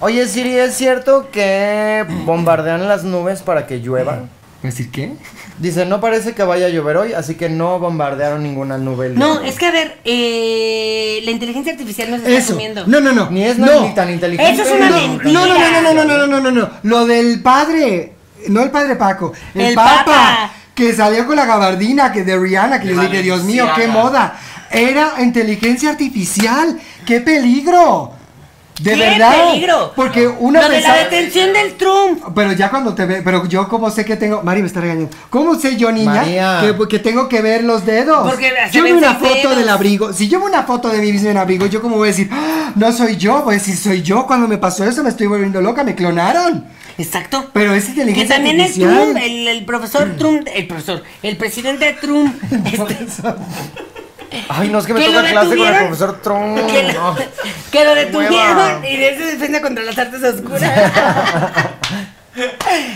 Speaker 2: Oye, Siri, ¿es cierto que bombardean las nubes para que llueva?
Speaker 6: ¿Vas a decir qué?
Speaker 2: Dice, no parece que vaya a llover hoy, así que no bombardearon ninguna nube. el día
Speaker 5: No,
Speaker 2: de hoy".
Speaker 5: es que a ver, eh, la inteligencia artificial nos está
Speaker 6: Eso.
Speaker 5: comiendo.
Speaker 6: No, no, no.
Speaker 2: Ni es
Speaker 6: no.
Speaker 2: ni tan inteligente.
Speaker 5: Eso es una
Speaker 2: ni
Speaker 6: no,
Speaker 5: mentira.
Speaker 6: no, no, no, no, no, no, no, no, no, no. Lo del padre, no el padre Paco, el,
Speaker 5: El
Speaker 6: papa,
Speaker 5: papa.
Speaker 6: que salió con la gabardina que de Rihanna, que yo dije, Dios mío, qué moda. Era inteligencia artificial, qué peligro. De
Speaker 5: ¡Qué
Speaker 6: verdad.
Speaker 5: peligro!
Speaker 6: Porque una
Speaker 5: Lo de
Speaker 6: vez
Speaker 5: la
Speaker 6: a-
Speaker 5: detención del Trump.
Speaker 6: pero ya cuando te ve, pero yo como sé que tengo, Mari me está regañando. ¿Cómo sé yo, niña,
Speaker 2: María.
Speaker 6: que, que tengo que ver los dedos?
Speaker 5: Porque se
Speaker 6: yo
Speaker 5: ven
Speaker 6: veo una
Speaker 5: seis
Speaker 6: foto
Speaker 5: dedos.
Speaker 6: del abrigo. Si yo veo una foto de mi mismo en abrigo, yo como voy a decir, "Ah, no soy yo, voy a decir, soy yo. Cuando me pasó eso me estoy volviendo loca, me clonaron.
Speaker 5: Exacto.
Speaker 6: Pero es
Speaker 5: que
Speaker 6: inteligencia
Speaker 5: también el
Speaker 6: artificial.
Speaker 5: Trump, el, el profesor Trump, el profesor, el presidente Trump, este,
Speaker 2: Ay, no, es que me
Speaker 5: ¿Que
Speaker 2: toca
Speaker 5: lo
Speaker 2: clase con el
Speaker 5: detuvieron?
Speaker 2: profesor Trump.
Speaker 5: que, lo,
Speaker 2: no.
Speaker 5: que lo detuvieron
Speaker 2: Hueva.
Speaker 5: y de eso se defiende contra las artes oscuras.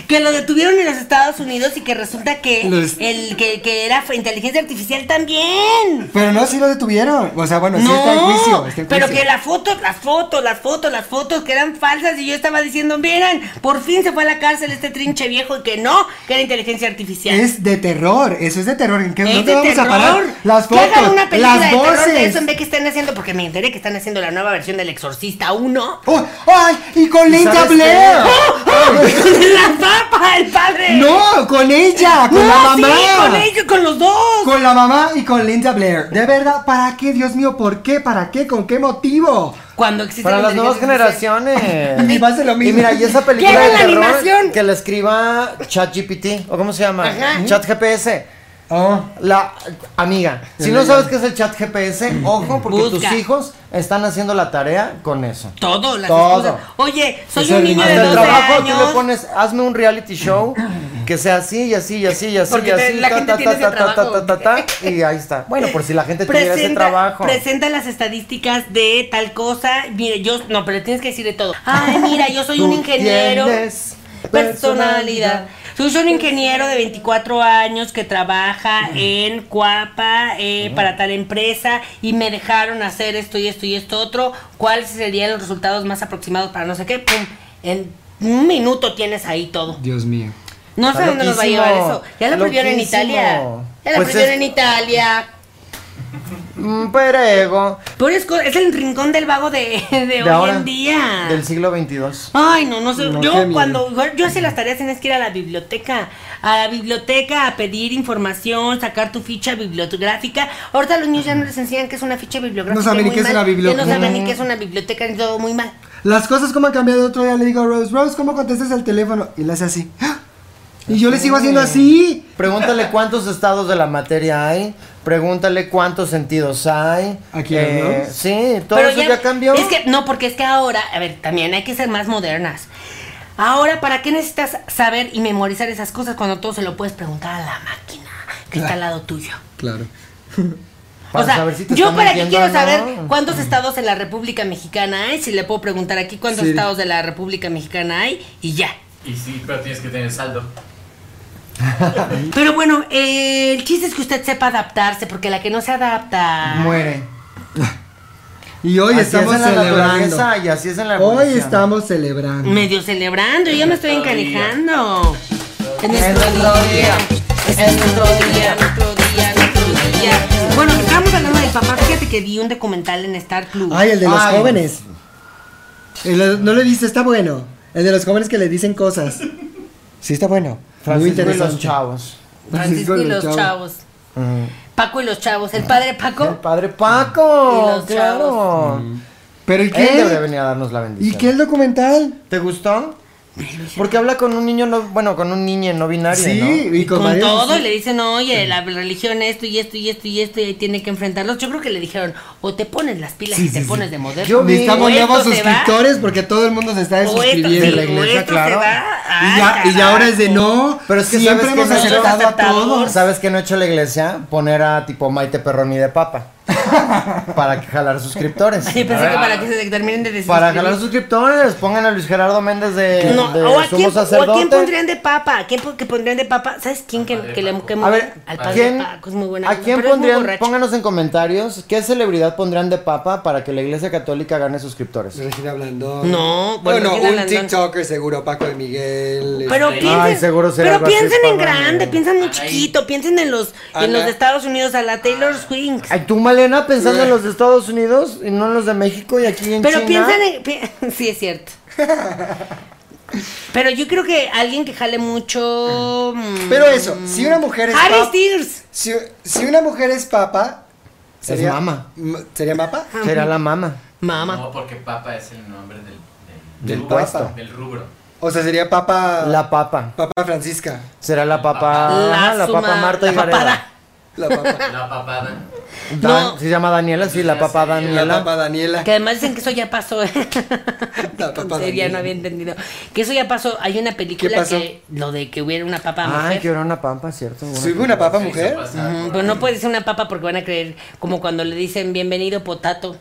Speaker 5: que lo detuvieron en los Estados Unidos y que resulta que
Speaker 6: Los-
Speaker 5: el que, que era fue inteligencia artificial también.
Speaker 6: Pero no, sí lo detuvieron. O sea, bueno, Pues sí está en
Speaker 5: no,
Speaker 6: juicio. está en
Speaker 5: pero
Speaker 6: juicio.
Speaker 5: que las fotos, las fotos, las fotos, las fotos que eran falsas y yo estaba diciendo, miren, por fin se fue a la cárcel este trinche viejo y que no, que era inteligencia artificial.
Speaker 6: Es de terror, eso es de terror. ¿En qué
Speaker 5: Es
Speaker 6: no
Speaker 5: de
Speaker 6: te vamos a parar?
Speaker 5: terror.
Speaker 6: Las
Speaker 5: Que hagan
Speaker 6: fotos,
Speaker 5: una película
Speaker 6: las
Speaker 5: de
Speaker 6: voces.
Speaker 5: terror de eso en vez que estén haciendo, porque me enteré que están haciendo la nueva versión del Exorcista 1.
Speaker 6: Oh, ¡Ay! ¡Y con Linda
Speaker 2: sabes qué?
Speaker 6: Blair!
Speaker 2: Ay,
Speaker 5: Con la papa, el padre.
Speaker 6: No, con ella,
Speaker 5: No,
Speaker 6: con la
Speaker 5: sí,
Speaker 6: mamá.
Speaker 5: con ellos, con los dos.
Speaker 6: Con la mamá y con Linda Blair. De verdad, ¿para qué, Dios mío? ¿Por qué? ¿Para qué? ¿Con qué motivo?
Speaker 5: Cuando existen
Speaker 2: Para las nuevas
Speaker 5: inteligencias
Speaker 2: generaciones.
Speaker 6: Y va a ser lo
Speaker 2: Y
Speaker 6: mismo.
Speaker 2: mira, y esa película
Speaker 5: hagan
Speaker 2: de
Speaker 5: la
Speaker 2: terror
Speaker 5: animación.
Speaker 2: que la escriba ChatGPT, o cómo se llama, Chat GPS.
Speaker 6: Oh.
Speaker 2: La amiga, si no sabes qué es el chat GPS, ojo, porque
Speaker 5: Busca.
Speaker 2: tus hijos están haciendo la tarea con eso.
Speaker 5: artificiales. Todo, las
Speaker 2: Todo.
Speaker 5: excusas. Oye, soy
Speaker 6: Eso
Speaker 5: un
Speaker 6: es
Speaker 5: niño de
Speaker 2: Hasta el
Speaker 5: 12
Speaker 2: trabajo tú le
Speaker 5: años.
Speaker 2: pones, hazme un reality show que sea así y así y así y así
Speaker 5: Porque
Speaker 2: y
Speaker 5: te-
Speaker 2: así,
Speaker 5: la gente tiene ese trabajo.
Speaker 2: y ahí está. Bueno, por si la gente tuviera ese
Speaker 5: Presenta,
Speaker 2: trabajo.
Speaker 5: presenta las estadísticas de tal cosa. Mire, yo. No, pero tienes que decir de todo. Ay, mira, yo soy un
Speaker 2: Tú
Speaker 5: ingeniero.
Speaker 2: tienes
Speaker 5: Personalidad. Soy un ingeniero de 24 años que trabaja en Cuapa eh, para tal empresa y me dejaron hacer esto y esto y esto otro. ¿Cuáles serían los resultados más aproximados para no sé qué? Pum, en un minuto tienes ahí todo.
Speaker 6: Dios mío.
Speaker 5: No sé
Speaker 2: Está
Speaker 5: dónde nos va a
Speaker 2: loquísimo,
Speaker 5: llevar eso. Ya la prohibieron en
Speaker 2: loquísimo.
Speaker 5: Italia. Ya la
Speaker 2: Pues
Speaker 5: prohibieron
Speaker 2: es-
Speaker 5: en Italia.
Speaker 2: Mm, Pero ego.
Speaker 5: Pero es, co- es el rincón del vago de, de hoy en día.
Speaker 2: Del siglo 22.
Speaker 5: Ay, no, no sé.
Speaker 6: No, qué
Speaker 5: yo
Speaker 6: miedo.
Speaker 5: cuando yo hacía las tareas tenías que ir a la biblioteca. A la biblioteca a pedir información, sacar tu ficha bibliográfica. Ahorita a los niños ya no les enseñan qué es una ficha bibliográfica.
Speaker 6: No saben ni
Speaker 5: muy
Speaker 6: qué es
Speaker 5: mal.
Speaker 6: una
Speaker 5: Ya
Speaker 6: biblioteca.
Speaker 5: no saben ni qué es una biblioteca, ni todo muy mal.
Speaker 6: Las cosas como han cambiado otro día le digo a Rose, Rose, ¿cómo contestas el teléfono? Y le hace así. ¡Ah! Y yo le sigo haciendo así.
Speaker 2: Pregúntale cuántos estados de la materia hay. Pregúntale cuántos sentidos hay. eh,
Speaker 6: Aquí los dos.
Speaker 2: Sí, todo eso ya, cambió.
Speaker 5: Es que, no, porque es que ahora, a ver, también hay que ser más modernas. Ahora, ¿para qué necesitas saber y memorizar esas cosas cuando todo se lo puedes preguntar a la máquina que está al lado tuyo?
Speaker 6: Claro.
Speaker 2: Para
Speaker 5: o sea,
Speaker 2: saber si te
Speaker 5: yo
Speaker 2: están
Speaker 5: para qué
Speaker 2: mintiendo
Speaker 5: quiero
Speaker 2: o no.
Speaker 5: saber cuántos estados en la República Mexicana hay, si le puedo preguntar aquí cuántos
Speaker 6: Sí.
Speaker 5: estados de la República Mexicana hay y ya.
Speaker 4: Y sí, pero tienes que tener saldo.
Speaker 5: Pero bueno, eh, el chiste es que usted sepa adaptarse, porque la que no se adapta...
Speaker 2: Muere.
Speaker 6: Y hoy
Speaker 2: Así
Speaker 6: estamos
Speaker 2: es en la
Speaker 6: celebrando.
Speaker 2: naturaleza y así es en la
Speaker 6: Hoy
Speaker 2: evolución.
Speaker 6: estamos celebrando.
Speaker 5: Medio celebrando, yo ya me estoy encanejando. En
Speaker 2: nuestro día,
Speaker 5: en nuestro día, nuestro día, nuestro día. Bueno, estamos hablando del papá, fíjate que vi un documental en Star Plus.
Speaker 6: Ay, el de los
Speaker 2: Ay.
Speaker 6: jóvenes. El de- no lo he visto, está bueno. El de los jóvenes que le dicen cosas. Sí, está bueno. Muy
Speaker 2: Francisco y
Speaker 6: interesante.
Speaker 2: los chavos.
Speaker 6: Pues
Speaker 5: Francisco y los chavos. Paco y los chavos, el padre
Speaker 2: El
Speaker 5: Paco.
Speaker 2: padre Paco.
Speaker 5: Y los
Speaker 2: claro.
Speaker 6: ¿Pero y
Speaker 2: Él debe
Speaker 6: Mm. qué?
Speaker 2: venir a darnos la bendición.
Speaker 6: ¿Y qué el documental?
Speaker 2: ¿Te gustó? Porque habla con un niño no, bueno, con un niño no binario,
Speaker 6: Sí,
Speaker 2: ¿no?
Speaker 6: y con,
Speaker 5: Con,
Speaker 6: varios-
Speaker 5: todo, y le dicen, oye, la religión esto y esto y esto y esto, y ahí tiene que enfrentarlos. Yo creo que le dijeron, o te pones las pilas y te pones de moderno.
Speaker 2: Yo vi-
Speaker 6: Necesitamos
Speaker 5: o esto
Speaker 6: nuevos
Speaker 5: se
Speaker 6: suscriptores porque todo el mundo se está
Speaker 5: O esto, sí,
Speaker 6: suscribiendo.
Speaker 5: o esto se va.
Speaker 6: Y ya,
Speaker 5: Ay,
Speaker 6: y ya ahora es de
Speaker 5: carajo.
Speaker 6: no,
Speaker 2: Pero es que
Speaker 6: siempre
Speaker 2: ¿sabes qué
Speaker 6: hemos
Speaker 2: no?
Speaker 6: aceptado a
Speaker 5: Aceptado.
Speaker 6: todos.
Speaker 2: ¿Sabes qué no ha hecho la iglesia? Poner a tipo Maite Perroni de papa. para que jalar suscriptores.
Speaker 5: Ay, pensé que para que se terminen de decir.
Speaker 2: Ah. Para jalar suscriptores, pongan a Luis Gerardo Méndez de,
Speaker 5: No,
Speaker 2: de
Speaker 5: o, a
Speaker 2: sumo
Speaker 5: quién, o a quién
Speaker 2: sacerdote.
Speaker 5: pondrían de papa? ¿A quién po- que pondrían de papa? ¿Sabes quién que, que le que
Speaker 2: A ver,
Speaker 5: al
Speaker 2: ¿a
Speaker 5: padre
Speaker 2: quién,
Speaker 5: Paco? Es muy buena.
Speaker 2: ¿a
Speaker 5: onda,
Speaker 2: quién
Speaker 5: pero es muy
Speaker 2: pondrían?
Speaker 5: borracho.
Speaker 2: Pónganos en comentarios qué celebridad pondrían de papa para que la iglesia católica gane suscriptores.
Speaker 6: Regina Blandón.
Speaker 5: No, bueno,
Speaker 6: bueno,
Speaker 5: Regina
Speaker 6: un
Speaker 5: Blandón.
Speaker 6: TikToker seguro, Paco de Miguel. este.
Speaker 5: Pero
Speaker 4: Ay,
Speaker 5: piensen,
Speaker 2: seguro será
Speaker 5: pero
Speaker 2: algo así,
Speaker 5: piensen en
Speaker 2: Pablo.
Speaker 5: grande, piensen en chiquito, piensen en los, en
Speaker 6: Ana.
Speaker 5: los de Estados Unidos, a la Taylor Swift.
Speaker 2: Ay, tú, Malena, pensando en los de Estados Unidos y no en los de México y aquí en
Speaker 5: Pero
Speaker 2: China.
Speaker 5: piensen en. pi- sí, es cierto. Pero yo creo que alguien que jale mucho. mm,
Speaker 6: Pero eso, si una mujer es
Speaker 5: Harry
Speaker 6: papa,
Speaker 5: Styles.
Speaker 6: si, si una mujer es papa, sería
Speaker 2: mama.
Speaker 6: m- ¿Sería mapa?
Speaker 2: Será la mama.
Speaker 5: Mamá.
Speaker 4: No, porque papa es el nombre del, del,
Speaker 2: Del
Speaker 4: rubro,
Speaker 2: puesto.
Speaker 4: Del rubro.
Speaker 6: O sea, sería papa
Speaker 2: La papa.
Speaker 6: papa Francisca,
Speaker 2: Será la
Speaker 6: Ah,
Speaker 2: papa.
Speaker 5: La
Speaker 2: ajá, La,
Speaker 5: suma-
Speaker 2: papa Marta
Speaker 5: la
Speaker 2: y Gareda.
Speaker 5: papada.
Speaker 6: la papa,
Speaker 4: La papada.
Speaker 2: Dan-
Speaker 5: No.
Speaker 2: Se llama Daniela, sí, la papa Daniela.
Speaker 6: la papa Daniela.
Speaker 5: Que además dicen que eso ya pasó. ¿eh?
Speaker 6: La papa
Speaker 5: Tontería,
Speaker 6: Daniela.
Speaker 5: no había entendido. Que eso ya pasó. Hay una película
Speaker 6: ¿Qué pasó?
Speaker 5: que lo de que hubiera una papa
Speaker 2: Ay,
Speaker 5: mujer.
Speaker 2: que era una pampa, ¿cierto? Una
Speaker 6: ¿Soy una papa
Speaker 4: Se hizo
Speaker 6: mujer?
Speaker 4: pasar
Speaker 5: Ujú,
Speaker 4: por-
Speaker 5: Pero no puede ser una papa porque van a creer como cuando le dicen bienvenido potato.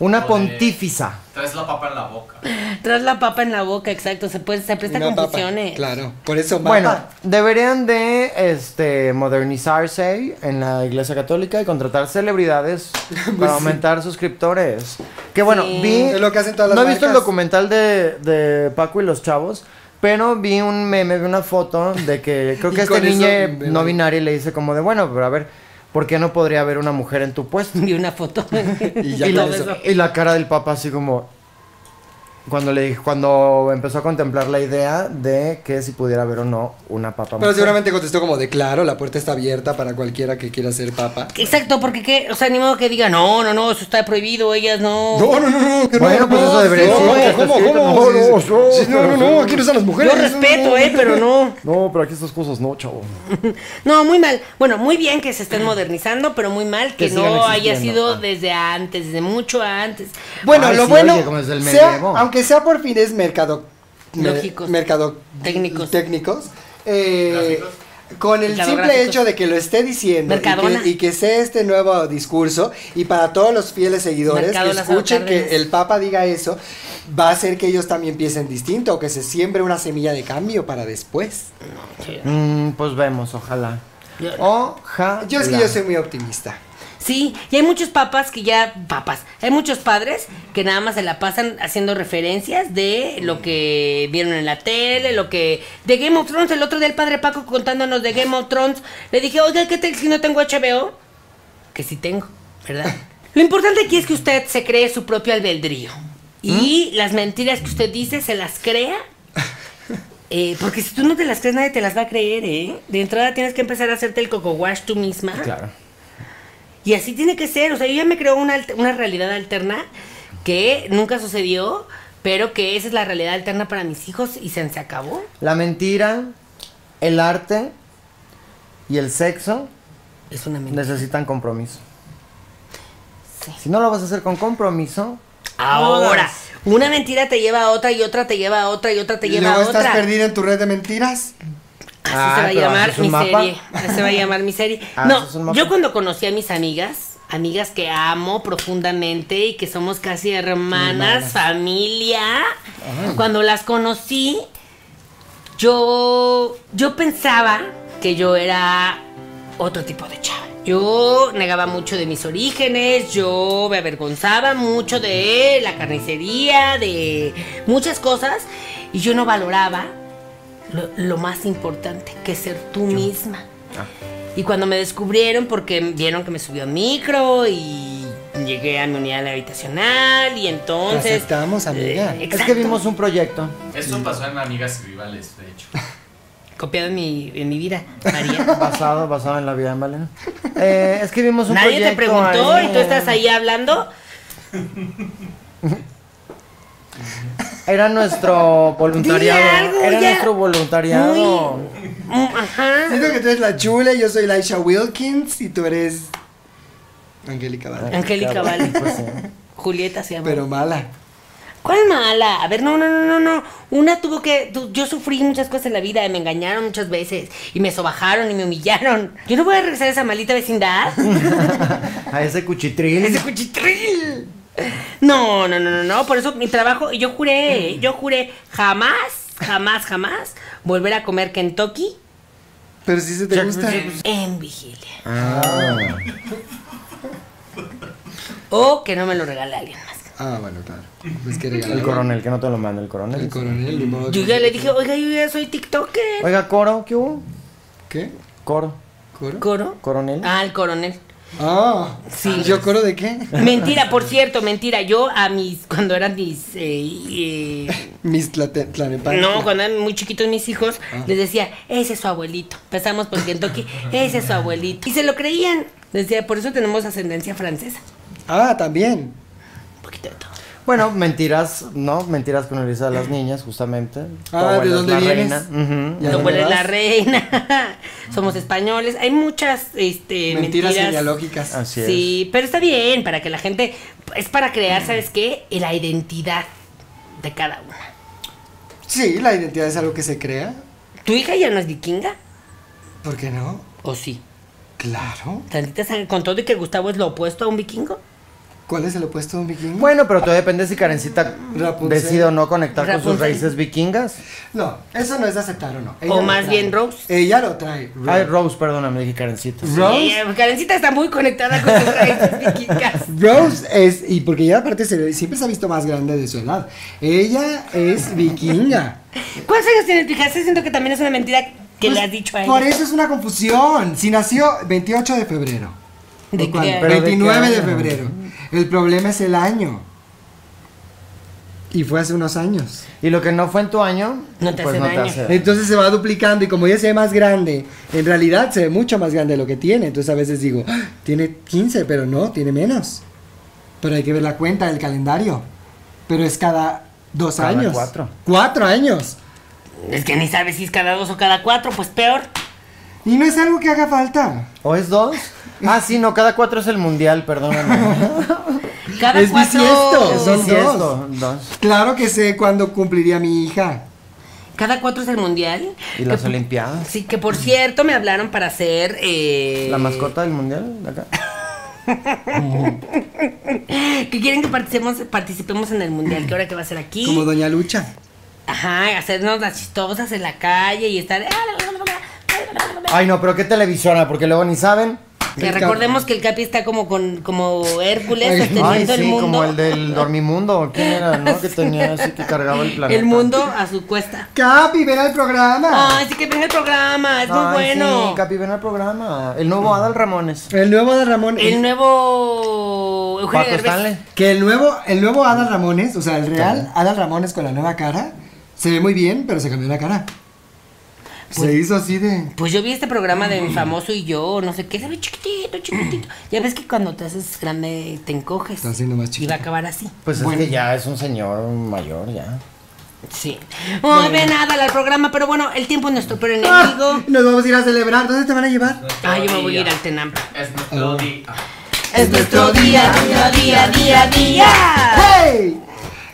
Speaker 2: Una
Speaker 4: Joder.
Speaker 2: pontífica.
Speaker 4: Traes la papa en la boca.
Speaker 5: Tras la papa en la boca, exacto. Se puede, se presta
Speaker 6: Una papa,
Speaker 5: confusiones.
Speaker 6: Claro, por eso mapa.
Speaker 2: Bueno, deberían de este modernizarse en la Iglesia Católica y contratar celebridades para aumentar suscriptores. Que bueno,
Speaker 5: Sí.
Speaker 2: vi
Speaker 6: Pues Es lo que hacen todas las
Speaker 2: No he visto el
Speaker 6: marcas.
Speaker 2: documental de, de Paco y los chavos, pero vi un meme, vi una foto de que creo
Speaker 6: Y
Speaker 2: que este
Speaker 6: con eso,
Speaker 2: niño
Speaker 6: me
Speaker 2: no
Speaker 6: vale.
Speaker 2: binario le dice como de, bueno, pero a ver, ¿por qué no podría haber una mujer en tu puesto?
Speaker 5: Vi una foto.
Speaker 6: Y ya
Speaker 2: y,
Speaker 6: con
Speaker 2: la,
Speaker 6: eso.
Speaker 2: y la cara del Papa así como Cuando le dije, cuando empezó a contemplar la idea de que si pudiera haber o no una papa
Speaker 6: Pero
Speaker 2: mujer.
Speaker 6: seguramente contestó como de claro, la puerta está abierta para cualquiera que quiera ser papa.
Speaker 5: Exacto, porque qué, o sea, ni modo que diga, no, no, no, eso está prohibido, ellas no.
Speaker 6: No, no, no, no, que
Speaker 2: Bueno,
Speaker 6: no,
Speaker 2: pues
Speaker 6: no,
Speaker 2: eso debería
Speaker 6: no,
Speaker 2: decir lo que está
Speaker 6: ¿Cómo,
Speaker 2: escrito, no,
Speaker 6: cómo?
Speaker 2: no,
Speaker 6: Sí,
Speaker 2: no,
Speaker 6: sí, no, no, no, aquí no están las mujeres.
Speaker 5: Yo respeto,
Speaker 6: no,
Speaker 5: eh, pero no.
Speaker 2: No, pero aquí estos cosas no, chavo.
Speaker 5: No, muy mal. Bueno, muy bien que se estén modernizando, pero muy mal que,
Speaker 2: Que sigan
Speaker 5: no haya
Speaker 2: existiendo.
Speaker 5: sido desde antes, desde mucho antes.
Speaker 6: Bueno,
Speaker 2: Ay,
Speaker 6: lo
Speaker 2: sí,
Speaker 6: bueno,
Speaker 2: oye, como desde el
Speaker 6: sea-
Speaker 2: medievo.
Speaker 6: aunque sea por fines mercado, me-
Speaker 5: Lógicos.
Speaker 6: mercado
Speaker 5: Técnicos.
Speaker 6: técnicos, eh, con el
Speaker 5: Mercado
Speaker 6: simple
Speaker 5: gráficos.
Speaker 6: hecho de que lo esté diciendo y
Speaker 5: Mercadona.
Speaker 6: que, y que sea este nuevo discurso y para todos los fieles seguidores
Speaker 5: Mercado
Speaker 6: que
Speaker 5: Lázaro
Speaker 6: escuchen
Speaker 5: Cárdenas.
Speaker 6: que el Papa diga eso, va a hacer que ellos también piensen distinto, que se siembre una semilla de cambio para después.
Speaker 2: Mm, pues vemos, ojalá. Ojalá.
Speaker 6: Yo es que yo soy muy optimista.
Speaker 5: Sí, y hay muchos papas que ya, papas, hay muchos padres que nada más se la pasan haciendo referencias de lo que vieron en la tele, lo que, de Game of Thrones, el otro día el padre Paco contándonos de Game of Thrones, le dije, oiga, ¿qué tal si no tengo HBO? Que sí tengo, ¿verdad? lo importante aquí es que usted se cree su propio albedrío y las mentiras que usted dice se las crea. eh, porque si tú no te las crees, nadie te las va a creer, ¿eh? De entrada tienes que empezar a hacerte el coco wash tú misma.
Speaker 2: Claro.
Speaker 5: Y así tiene que ser. O sea, yo ya me creo una, alter- una realidad alterna que nunca sucedió, pero que esa es la realidad alterna para mis hijos y se, se acabó.
Speaker 2: La mentira, el arte y el sexo
Speaker 5: Es una mentira.
Speaker 2: necesitan compromiso.
Speaker 5: Sí.
Speaker 2: Si no lo vas a hacer con compromiso,
Speaker 5: Ahora,
Speaker 2: Todas.
Speaker 5: una mentira te lleva a otra y otra te lleva a otra y otra te
Speaker 6: ¿Y
Speaker 5: lleva a
Speaker 6: luego estás
Speaker 5: otra.
Speaker 6: perdida en tu red de mentiras?
Speaker 5: Así
Speaker 2: Ah,
Speaker 5: se va a
Speaker 2: pero
Speaker 5: llamar
Speaker 2: haces un
Speaker 5: mi
Speaker 2: mapa.
Speaker 5: serie. Así se va a llamar mi serie.
Speaker 2: Ah, haces un
Speaker 5: No,
Speaker 2: mapa.
Speaker 5: yo cuando conocí a mis amigas, amigas que amo profundamente y que somos casi hermanas, familia, cuando las conocí, yo, yo pensaba que yo era otro tipo de chava. Yo negaba mucho de mis orígenes, yo me avergonzaba mucho de la carnicería, de muchas cosas, y yo no valoraba lo, lo más importante, que es ser tú misma.
Speaker 2: Ah.
Speaker 5: Y cuando me descubrieron, porque vieron que me subió a micro y llegué a mi unidad habitacional, y entonces...
Speaker 6: aceptamos, amiga.
Speaker 5: Eh,
Speaker 2: es que
Speaker 5: exacto.
Speaker 2: vimos un proyecto.
Speaker 4: Eso pasó en Amigas y Rivales, de hecho.
Speaker 5: Copiado en mi, en mi vida, María.
Speaker 2: Basado, basado en la vida de Malena. Eh, es que vimos un
Speaker 5: Nadie
Speaker 2: proyecto.
Speaker 5: te preguntó
Speaker 2: ahí.
Speaker 5: y tú estás ahí hablando.
Speaker 2: Era nuestro voluntariado.
Speaker 5: Dile algo,
Speaker 2: era
Speaker 5: ya.
Speaker 2: nuestro voluntariado.
Speaker 5: Mm, Ajá.
Speaker 6: Siento que tú eres la chula, yo soy Laisha Wilkins y tú eres Angélica Vale.
Speaker 5: Angélica
Speaker 2: Vale.
Speaker 5: Vale.
Speaker 2: Pues sí.
Speaker 5: Julieta se llama.
Speaker 6: Pero mala.
Speaker 5: ¿Cuál mala? A ver, no, no, no, no, no. Una tuvo que. tu- Yo sufrí muchas cosas en la vida, y me engañaron muchas veces, y me sobajaron y me humillaron. Yo no voy a regresar a esa maldita vecindad.
Speaker 2: A ese cuchitril.
Speaker 5: Ese cuchitril. No, no, no, no, no. Por eso mi trabajo, yo juré, ¿eh? yo juré jamás, jamás, jamás volver a comer Kentucky
Speaker 6: Pero si se te gusta.
Speaker 5: en vigilia.
Speaker 2: Ah,
Speaker 5: O que no me lo regale alguien más.
Speaker 6: Ah, bueno, claro. Pues que
Speaker 2: El
Speaker 6: regalar.
Speaker 2: coronel, que no te lo manda el coronel.
Speaker 6: El coronel, ni modo
Speaker 5: Yo
Speaker 6: que-
Speaker 5: ya le dije, oiga, yo ya soy TikToker.
Speaker 2: Oiga, coro, ¿qué hubo?
Speaker 6: ¿Qué?
Speaker 2: Coro,
Speaker 6: ¿Coro?
Speaker 5: ¿Coro?
Speaker 2: coronel.
Speaker 5: Ah, el coronel.
Speaker 6: Ah,
Speaker 5: Sí.
Speaker 6: ¿Yo coro de qué?
Speaker 5: Mentira, por cierto, mentira. Yo a mis, cuando eran mis, eh, eh,
Speaker 6: Mis tlate- tlanepantes.
Speaker 5: no, cuando eran muy chiquitos mis hijos, les decía, ese es su abuelito. Empezamos por Kentucky, ese es su abuelito. Y se lo creían. Decía, por eso tenemos ascendencia francesa.
Speaker 6: Ah, también.
Speaker 5: Un poquito de todo.
Speaker 2: Bueno, mentiras, ¿no? Mentiras con Elisa de las niñas, justamente. Tu
Speaker 6: Ah, ¿de
Speaker 2: abuela es
Speaker 6: dónde
Speaker 2: la
Speaker 6: vienes?
Speaker 2: reina. Ujú.
Speaker 6: ¿Y a
Speaker 5: Tu
Speaker 6: dónde
Speaker 5: abuela es la
Speaker 6: vas?
Speaker 5: reina. Somos españoles. Hay muchas, este,
Speaker 6: Mentiras
Speaker 5: mentiras. Ah,
Speaker 6: genealógicas.
Speaker 2: Así es.
Speaker 5: Sí, pero está bien, para que la gente, es para crear, ¿sabes qué? La identidad de cada una.
Speaker 6: Sí, la identidad es algo que se crea.
Speaker 5: ¿Tu hija ya no es vikinga?
Speaker 6: ¿Por qué no?
Speaker 5: ¿O sí?
Speaker 6: Claro.
Speaker 5: ¿Tantita sangre con todo y que Gustavo es lo opuesto a un vikingo?
Speaker 6: ¿Cuál es el opuesto de un vikingo?
Speaker 2: Bueno, pero todo depende si Karencita
Speaker 6: Rapunzel.
Speaker 2: decide o no conectar con sus
Speaker 5: Rapunzel.
Speaker 2: raíces vikingas.
Speaker 6: No, eso no es de aceptar o no. Ella
Speaker 5: O
Speaker 6: lo
Speaker 5: más
Speaker 6: trae.
Speaker 5: bien Rose.
Speaker 6: Ella lo trae. Rose.
Speaker 2: Ay, Rose, perdona, me dije Karencita.
Speaker 6: Rose.
Speaker 5: Eh, Karencita está muy conectada con sus raíces vikingas.
Speaker 6: Rose es, y porque ella aparte se ve- siempre se ha visto más grande de su edad. Ella es vikinga.
Speaker 5: ¿Cuántos años tiene tu hija? Sí, siento que también es una mentira que
Speaker 6: Pues,
Speaker 5: le has dicho a ella.
Speaker 6: Por eso es una confusión. Si nació 28 de febrero.
Speaker 5: ¿De
Speaker 6: ¿O
Speaker 5: qué
Speaker 6: cuándo?
Speaker 5: año?
Speaker 2: Pero ¿de qué
Speaker 6: 29 de
Speaker 2: año?
Speaker 6: febrero. El problema es el año. Y fue hace unos años.
Speaker 2: Y lo que no fue en tu año,
Speaker 5: No te
Speaker 2: pues
Speaker 5: hace
Speaker 2: no
Speaker 5: daño.
Speaker 2: te
Speaker 6: Eh,
Speaker 2: hace daño.
Speaker 6: Entonces se va duplicando y como ya se ve más grande, en realidad se ve mucho más grande de lo que tiene. Entonces a veces digo, "Ah, tiene 15, pero no, tiene menos. Pero hay que ver la cuenta del calendario. Pero es cada dos
Speaker 2: Cada
Speaker 6: años.
Speaker 2: cuatro.
Speaker 6: Cuatro años.
Speaker 2: e-
Speaker 5: Es que ni sabes si es cada dos o cada cuatro, pues peor.
Speaker 6: Y no es algo que haga falta.
Speaker 2: ¿O es dos? Ah, sí, no, cada cuatro es el mundial, perdóname.
Speaker 5: Cada
Speaker 6: Es
Speaker 5: cuatro.
Speaker 6: bisiesto,
Speaker 2: Es
Speaker 6: Son
Speaker 2: bisiesto, dos.
Speaker 6: Claro que sé cuándo cumpliría mi hija.
Speaker 5: Cada cuatro es el mundial.
Speaker 2: ¿Y las
Speaker 5: Que-
Speaker 2: olimpiadas?
Speaker 5: Sí, que por cierto me hablaron para hacer. eh,
Speaker 2: ¿La mascota del mundial? de acá?
Speaker 5: Que quieren que participemos, participemos en el mundial. Que ahora que va a ser aquí.
Speaker 6: Como Doña Lucha.
Speaker 5: Ajá, hacernos las chistosas en la calle y estar. ah,
Speaker 2: Ay, no, pero qué televisora, porque luego ni saben.
Speaker 5: Que recordemos que el Capi está como con como Hércules
Speaker 6: Ay,
Speaker 5: sosteniendo
Speaker 2: Ay,
Speaker 5: el
Speaker 2: sí,
Speaker 5: mundo.
Speaker 2: como el del dormimundo, ¿quién era, no? Que tenía así que cargaba el planeta.
Speaker 5: el mundo a su cuesta.
Speaker 6: Capi, ven al programa.
Speaker 5: Ay, sí que venga el programa, es muy
Speaker 2: Ay,
Speaker 5: bueno.
Speaker 2: Sí, Capi, ven al programa. El nuevo Adal Ramones.
Speaker 6: El nuevo Adal Ramones.
Speaker 5: El nuevo Eugenio
Speaker 2: Paco
Speaker 5: Derbez.
Speaker 2: Stanley.
Speaker 6: Que el nuevo, el nuevo Adal Ramones, o sea, el real Adal Ramones con la nueva cara, se ve muy bien, pero se cambió la cara. se hizo así de.
Speaker 5: Pues yo vi este programa de Mi Famoso y yo, no sé qué, se ve chiquitito, chiquitito. Ya ves que cuando te haces grande te encoges.
Speaker 6: Está haciendo más
Speaker 5: Y va
Speaker 6: chiquito.
Speaker 5: a acabar así.
Speaker 2: Pues es que ya es un señor mayor, ya.
Speaker 5: Sí. No ve nada al programa, pero bueno, el tiempo es nuestro peor enemigo.
Speaker 6: ¡Ah! Nos vamos a ir a celebrar. ¿Dónde te van a llevar?
Speaker 5: Ay, yo me voy a ir al Tenampa.
Speaker 4: Es nuestro día.
Speaker 5: Es nuestro día, día, día, día, día.
Speaker 6: ¡Hey!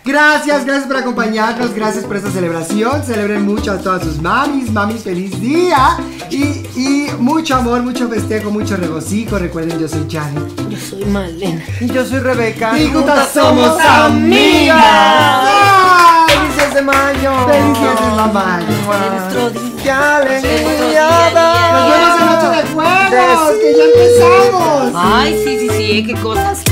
Speaker 6: Gracias, gracias por acompañarnos, gracias por esta celebración. Celebren mucho a todas sus mamis, mamis, feliz día. Y, y mucho amor, mucho festejo, mucho regocijo. Recuerden, yo soy Janet.
Speaker 5: Yo soy Malena.
Speaker 2: Y yo soy Rebeca.
Speaker 6: Y juntas somos amigas.
Speaker 2: ¡Ay! ¡Felices de mayo!
Speaker 6: Felices de mamá.
Speaker 5: Es nuestro día.
Speaker 2: ¡Qué alegría!
Speaker 6: Nos
Speaker 5: Ay,
Speaker 6: vemos en Noche de Juegos, que ya empezamos.
Speaker 5: sí, sí, sí, eh, qué cosas.